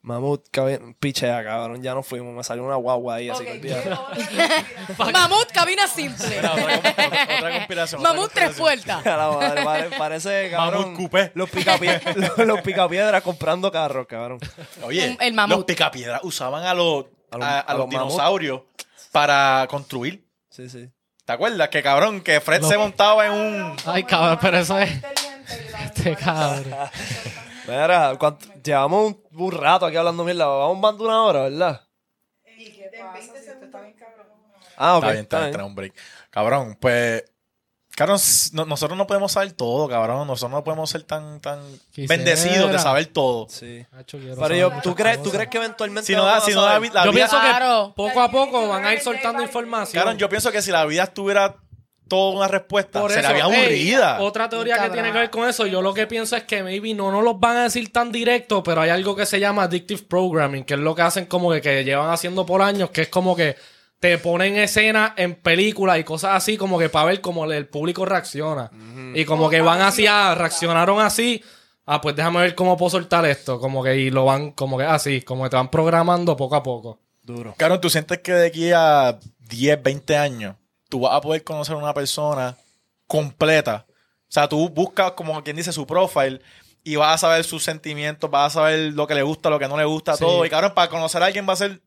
A: Mamut, cabrón, pichea, cabrón. Ya no fuimos. Me salió una guagua ahí, así que
D: ok, ¿qué
A: olvídate.
D: hora es?
B: Mamut, cabina simple.
C: Otra, otra- otra conspiración. otra
B: Mamut, tres
C: conspiración.
B: puertas.
A: A la madre, pare- parece, cabrón.
C: Mamut coupé.
A: Los, picapie- los, los picapiedras comprando carros, cabrón.
C: Oye,
B: El mamut.
C: los picapiedras usaban a los,
A: A los-
C: a- a
A: a
C: los
A: los mamut.
C: dinosaurios para construir.
A: Sí, sí.
C: ¿Te acuerdas? Que cabrón, que Fred se montaba en un...
F: Ay, cabrón, pero eso es.
D: Este
G: este cabrón.
A: Mira, ¿cuánto- llevamos un, un rato aquí hablando mierda. Vamos más de una hora, ¿verdad? Ah, ok.
C: Está bien, está bien, tenemos un break. Cabrón, pues. Cabrón, s- no- nosotros no podemos saber todo, cabrón. Nosotros no podemos ser tan, tan
G: Quisiera.
C: bendecidos de saber todo.
A: Sí.
G: Macho, quiero
A: Pero
G: saber
A: yo,
G: muchas
A: ¿tú crees, ¿tú
G: cosas.
A: crees que eventualmente...
C: Si no da,
A: vamos a
C: si no da
A: saber?
C: vi- la
F: Yo
C: vida.
F: pienso
B: Claro.
F: que poco a poco van a ir soltando información.
C: Cabrón, yo pienso que si la vida tuviera toda una respuesta,
F: Por
C: sería
F: eso,
C: bien
F: ey,
C: aburrida.
F: otra teoría que
B: Cabrón.
F: tiene que ver con eso, yo lo que pienso es que maybe no nos los van a decir tan directo, pero hay algo que se llama addictive programming, que es lo que hacen como que, que llevan haciendo por años, que es como que te ponen escenas en películas y cosas así como que para ver cómo el público reacciona. Y como que van así, ah, reaccionaron así, ah, pues déjame ver cómo puedo soltar esto, como que y lo van como que así, como que te van programando poco a poco.
A: Duro.
C: Cabrón, ¿tú sientes que de aquí a 10, 20 años tú vas a poder conocer a una persona completa? O sea, tú buscas, como quien dice, su profile y vas a saber sus sentimientos, vas a saber lo que le gusta, lo que no le gusta,
F: Sí.
C: todo. Y cabrón, para conocer a alguien va a ser...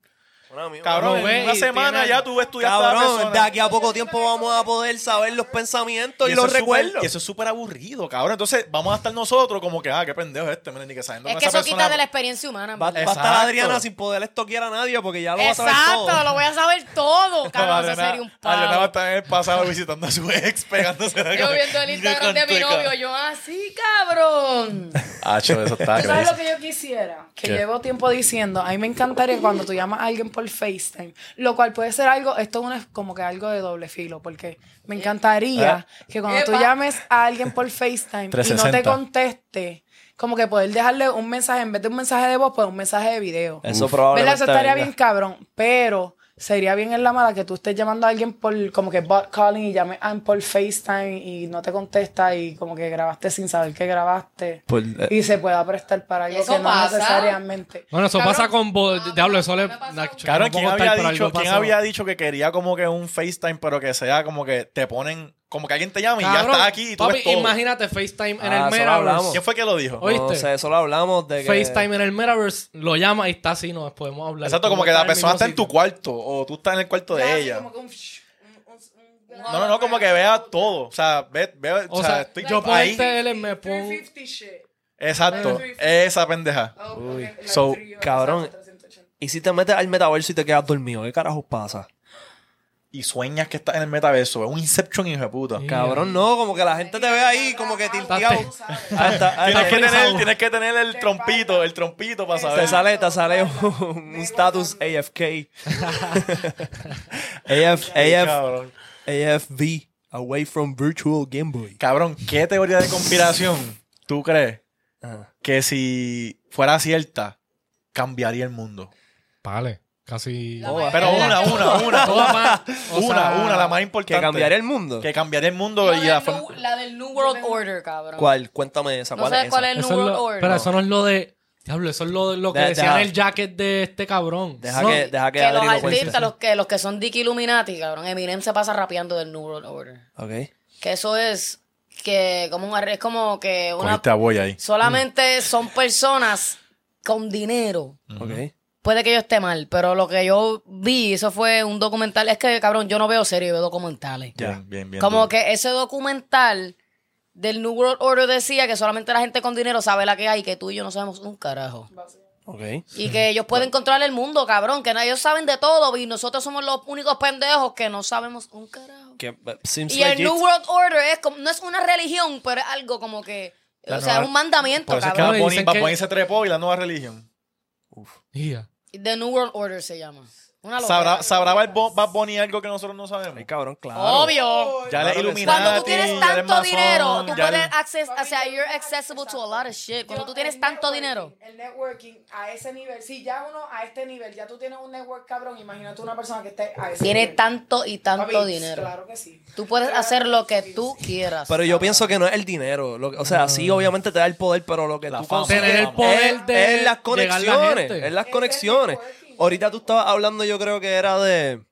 C: Cabrón,
F: Lo ves
C: en una
F: y
C: semana
F: tiene-
C: ya tú estudiaste a la
A: Cabrón,
C: persona.
A: de aquí a poco tiempo vamos a poder saber los pensamientos y,
C: Y eso
A: los
C: es súper-
A: recuerdos.
C: y eso es súper aburrido, cabrón. Entonces, vamos a estar nosotros como que, ah, qué pendejo es este, miren, ni que sabiendo
B: Es
C: que
B: que
C: esa
B: eso
C: persona...
B: quita de la experiencia humana. en
A: Va, va a
B: verdad.
A: estar
C: Exacto.
A: Adriana sin poder estoquear a nadie porque ya lo va a saber
B: Exacto,
A: todo.
B: lo voy a saber todo. Cabrón, eso
C: Adriana-
B: sería un
C: Adriana va a
B: palo.
C: estar en el pasado visitando a su ex, pegándose de
B: Yo viendo el Instagram de mi novio, yo así, cabrón.
C: Ah, chulo, eso está
D: ¿Tú sabes lo que yo quisiera? Que
C: ¿Qué?
D: llevo tiempo diciendo, a mí me encantaría cuando tú llamas a alguien por FaceTime, lo cual puede ser algo, esto es una- como que algo de doble filo, porque me encantaría que cuando tú
B: Epa.
D: llames a alguien por FaceTime y no te
C: 360.
D: conteste, como que poder dejarle un mensaje, en vez de un mensaje de voz, pues un mensaje de video.
A: Eso
D: ¿Verdad?
A: probablemente
D: Eso estaría
A: venga.
D: bien cabrón, pero sería bien en la mala que tú estés llamando a alguien por como que bot calling y llames a por FaceTime y no te contesta y como que grabaste sin saber que grabaste
C: Pues,
A: Por-
C: eh,
D: y se pueda prestar para algo
B: ¿Eso
D: que no
B: pasa?
D: necesariamente.
G: Bueno, eso
B: Cabrón.
G: pasa con... Bo...
B: Ah,
G: Diablo,
B: me-
G: eso le...
B: me pasa
G: Nacho,
B: un-
C: Cabrón,
G: no puedo
C: ¿quién,
G: contar,
C: había
G: pero
C: dicho,
G: algo
C: quién
G: pasó.
C: había dicho que quería como que un FaCetime, pero que sea como que te ponen, como que alguien te llama y ya
F: Cabrón,
C: está aquí y tú
F: papi,
C: ves todo?
F: imagínate FaceTime en
A: Ah,
F: el
A: eso lo hablamos.
F: Metaverse.
C: ¿Quién fue que lo dijo?
F: Oye,
A: No
F: ¿Oíste?
A: sé, eso lo hablamos de que...
F: FaceTime en el Metaverse, lo llama y está así, nos podemos hablar.
C: Exacto, como que la
F: Está
C: persona está
F: mismo
C: en tu
F: sitio.
C: cuarto o tú estás en el cuarto de ella. No, no, no, como que vea todo. O sea, ve, ve, o,
F: O
C: sea,
F: sea,
C: estoy
F: yo por
C: ahí.
F: el TL me pongo...
C: Exacto, esa pendeja. So,
A: cabrón. Y si te metes al metaverso y te quedas dormido, ¿qué carajos pasa?
C: Y sueñas que estás en el metaverso. Es un Inception, hijo de puta.
A: Cabrón, no, como que la gente te ve ahí como que tilteado. Hasta,
C: Tienes
A: hasta-
C: que, tener,
A: te,
C: tienes que tener el trompito, el trompito para saber.
A: sale, te sale un un status AFK. AF, AF,
C: Cabrón.
A: AFV, Away from Virtual Game Boy.
C: Cabrón, ¿qué teoría de conspiración tú crees
A: Ajá.
C: que si fuera cierta, cambiaría el mundo?
G: Vale, casi...
B: mayoría
C: Oh, Pero
B: de
C: una,
B: las-
C: una, una,
F: Todas van- o
C: una,
F: sea,
C: una, la más
A: Que
C: importante.
A: cambiaría el mundo.
C: Que cambiaría el mundo
B: La
C: y la
B: del,
C: forma.
B: new, la del New World Order, cabrón.
A: ¿Cuál? Cuéntame esa.
B: No
A: ¿Cuál
B: sé
A: es
B: cuál
A: esa?
B: es el New
F: Eso es
B: World
F: lo-
B: Order.
F: Pero eso no es lo de... Diablo, eso es lo, lo que
A: Deja-
F: decía
A: deja.
F: en el jacket de este cabrón.
A: Deja
F: No,
A: que, deja que,
B: que los
A: Adri lo cuente.
B: artistas, los que, los que son Dick Illuminati, cabrón. Eminem se pasa rapeando del New World Order.
A: Ok.
B: Que eso es que como un arre- es como que una
C: Cogiste a Boy ahí.
B: solamente son personas con dinero.
A: Ok.
B: Puede que yo esté mal, pero lo que yo vi, eso fue un documental. Es que, cabrón, yo no veo series, yo veo documentales.
C: Bien, bien, bien.
B: Como
C: duro.
B: que ese documental del New World Order decía que solamente la gente con dinero sabe la que hay, que tú y yo no sabemos un carajo.
A: Ok.
B: Y que ellos pueden controlar el mundo, cabrón, que no- ellos saben de todo y nosotros somos los únicos pendejos que no sabemos un carajo.
A: Que, but seems
B: Y el
A: legit.
B: New World Order es como, no es una religión, pero es algo como que,
C: La
B: o sea,
C: nueva-
B: es un mandamiento,
C: Por eso es que
B: cabrón.
C: va
F: cabrón, dicen
C: a
F: que-
C: poner se trepó y la nueva religión.
G: Ya.
B: The New World Order se llama. Una locura.
C: ¿Sabrá, ¿sabrá Bad Bo- Bad Bunny algo que nosotros no sabemos?
A: Ay, cabrón, claro.
B: Oh,
D: Oh,
C: Ya le
B: Obvio.
A: Claro que sí.
C: iluminaron.
B: Cuando tú tienes tanto dinero, tú
C: ya
B: puedes
C: le-
B: access, o sea, you're accessible to a lot of shit. Cuando tú tienes tanto dinero.
D: El networking a ese nivel, si ya uno a este nivel, ya tú tienes un network cabrón, imagínate una persona que esté a ese
B: Tiene
D: nivel.
B: tanto y tanto
D: Papi,
B: dinero.
D: Claro que sí.
B: Tú puedes hacer lo que tú quieras.
A: Pero yo pienso que no es el dinero. lo que- o sea, sí, obviamente te da el poder, pero lo que
C: La
A: tú
C: fama.
A: consigues
F: Tener el
A: es-
F: poder de
A: es las
F: llegar a la
A: conexiones.
F: gente.
A: es las conexiones. Ahorita tú estabas hablando, yo creo que era de.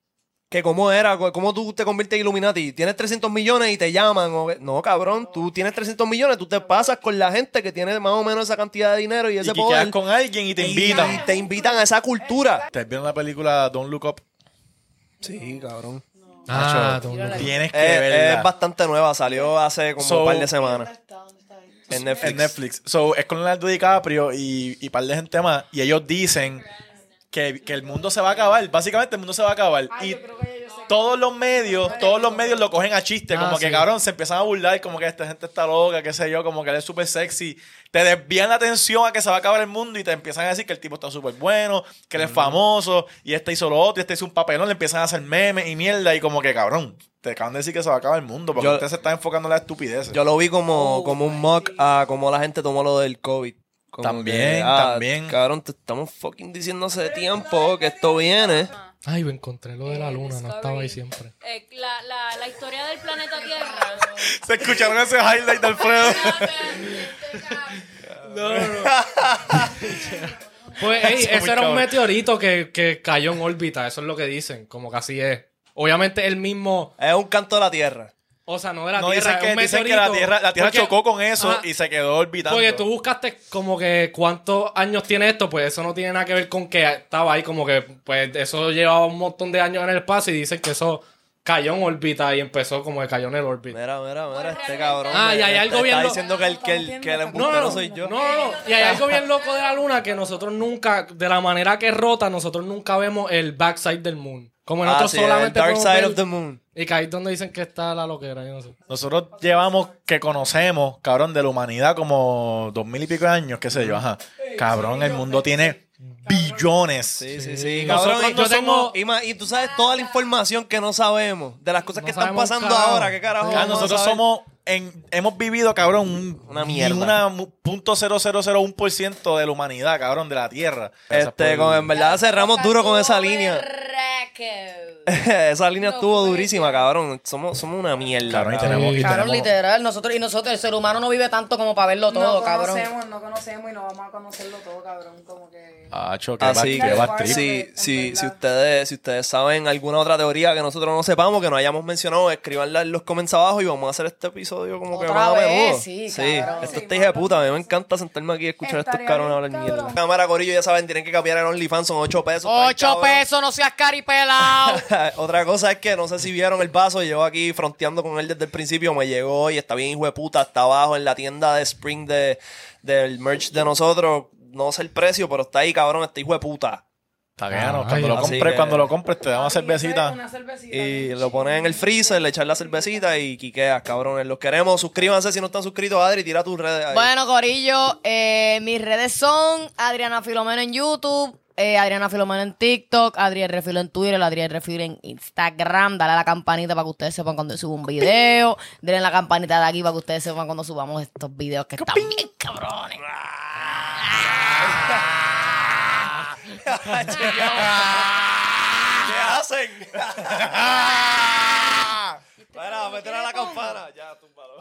A: Que cómo era, co- cómo tú te conviertes en Illuminati. Tienes 300 millones y te llaman. o- no, cabrón, tú tienes 300 millones, tú te pasas con la gente que tiene más o menos esa cantidad de dinero y
C: Y
A: ese
C: que
A: poder.
C: quedas con alguien y te
A: y- y
C: invitan.
A: te invitan a esa cultura.
C: ¿Te vieron la película Don't Look Up?
A: Sí, cabrón.
G: Ah,
C: Nacho,
G: tú no.
C: Tienes que
A: Es,
C: verla.
A: es bastante nueva, salió hace como
C: So-
A: un par de semanas. En Netflix.
C: En Netflix. So, es con Leonardo DiCaprio y, y par de gente más. Y ellos dicen que, que el mundo se va a acabar. Básicamente el mundo se va a acabar. y todos los medios, todos los medios lo cogen a chiste.
G: Ah,
C: como que
G: sí.
C: cabrón, se empiezan a burlar, como que esta gente está loca, qué sé yo, como que él es súper sexy. Te desvían la atención a que se va a acabar el mundo y te empiezan a decir que el tipo está súper bueno, que él es famoso, y este hizo lo otro, y este hizo un papelón, le empiezan a hacer memes y mierda, y como que cabrón, te acaban de decir que se va a acabar el mundo, porque
A: Yo-
C: ustedes se están enfocando en las estupideces.
A: Yo lo vi
F: Oh,
A: como, como un mock a cómo la gente tomó lo del COVID. Como ah,
C: También, también.
A: Cabrón, te estamos fucking diciendo hace tiempo que esto viene.
G: Ay, me encontré lo de la luna, no estaba ahí siempre.
H: Eh, la, la, la historia del planeta Tierra.
C: se escucharon ese highlight de Alfredo.
F: Pues, ey,
C: Eso es muy
F: ese era un
C: cabrón.
F: meteorito que, que cayó en órbita, eso es lo que dicen, como que así es. Obviamente el mismo,
A: Es un canto de la tierra.
F: o sea, no de la
C: no,
F: Tierra,
C: dicen
F: es
C: que,
F: un
C: dicen que
F: meteorito.
C: la Tierra, la tierra
F: Porque-
C: chocó con eso
F: Ajá.
C: y se quedó orbitando.
F: Porque tú buscaste como que cuántos años tiene esto, pues eso no tiene nada que ver con que estaba ahí, como que pues eso llevaba un montón de años en el espacio y dicen que eso cayó en órbita y empezó como que cayó en el órbita.
A: Mira, mira, mira, este cabrón.
F: Ah, y hay
A: me-
F: algo
A: está
F: bien lo-
A: diciendo que el, que el, que el
F: No,
A: embustero
F: no, no,
A: soy yo.
F: no, no, no. Y hay algo bien loco de la luna que nosotros nunca, de la manera que rota, nosotros nunca vemos el backside del moon. Como
A: Ah,
F: nosotros
A: sí, el
F: solamente
A: Dark
F: podemos
A: Side
F: ver-
A: of the Moon.
F: Y que ahí es donde dicen que está la loquera, yo no sé.
C: Nosotros llevamos, que conocemos, cabrón, de la humanidad como dos mil y pico de años, qué sé yo, ajá. Cabrón, el mundo tiene billones.
A: Sí, sí, sí.
G: Sí.
A: Cabrón,
F: Nosotros
A: y,
F: no
A: yo tengo-
F: somos-
A: y, ma- y tú sabes toda la información que no sabemos de las cosas
F: No
A: que están
F: sabemos un
A: pasando
F: carajo.
A: ahora. ¿Qué carajo?
F: Sí.
C: Ah,
A: vamos a
C: nosotros
A: saber?
C: somos, en, hemos vivido, cabrón, un,
A: Una
C: ni
A: mierda.
C: Una mu- punto cero cero cero un por ciento de la humanidad, cabrón, de la Tierra. Gracias
A: Este,
C: por-
A: con, en verdad cerramos duro con esa línea. esa línea estuvo durísima, cabrón. Somos, somos una mierda.
C: Cabrón, y
A: cabrón.
C: tenemos, y
B: Cabrón,
C: tenemos-
B: literal, nosotros y nosotros, el ser humano no vive tanto como para verlo todo,
D: no
B: cabrón.
D: conocemos, no conocemos y no vamos a conocerlo todo, cabrón. Como que.
C: Ah, cho, qué bad-
A: Así
C: qué bad
A: que
C: trip.
A: si,
D: En
A: si,
D: verdad.
A: si, ustedes, si ustedes saben alguna otra teoría que nosotros no sepamos, que no hayamos mencionado, escríbanla en los comments abajo y vamos a hacer este episodio como que
B: Otra
A: más a
B: vez,
A: menudo.
B: sí, cabrón.
A: esto
D: Sí,
A: está hija de
D: mano.
A: puta. A mí me encanta sentarme aquí y escuchar a estos
D: Estaría
A: cabrones
D: bien,
A: hablar mierda.
D: cabrón.
A: Cámara, Corillo, ya saben, tienen que cambiar el OnlyFans, son 8 pesos. está bien,
B: Ocho
A: cabrón.
B: pesos, no seas caripelado.
A: Otra cosa es que no sé si vieron el vaso, llevo aquí fronteando con él desde el principio, me llegó y está bien hijo de puta, está abajo en la tienda de Spring de, del merch de nosotros, no sé el precio, pero está ahí cabrón, este hijo de puta.
C: Está bueno,
G: Ay,
C: cuando lo
A: así
C: compres,
A: que-
C: cuando lo compres te da una
D: Papi,
C: cervecita.
D: ¿sabes? Una cervecita.
A: Y lo pones en el freezer, le echas la cervecita y quiqueas, cabrones, los queremos, suscríbanse si no están suscritos, Adri, tira tus redes ahí.
B: Bueno, Corillo, eh, mis redes son Adriana Filomeno en YouTube, eh, Adriana Filomeno en TikTok, Adrián Refilo en Twitter, Adrián Refilo en Instagram. Dale a la campanita para que ustedes sepan cuando subo un video. Denle la campanita de aquí para que ustedes sepan cuando subamos estos videos que están bien cabrones.
A: ¿Qué hacen? Espera, meter a la campana, ya, túmbalo.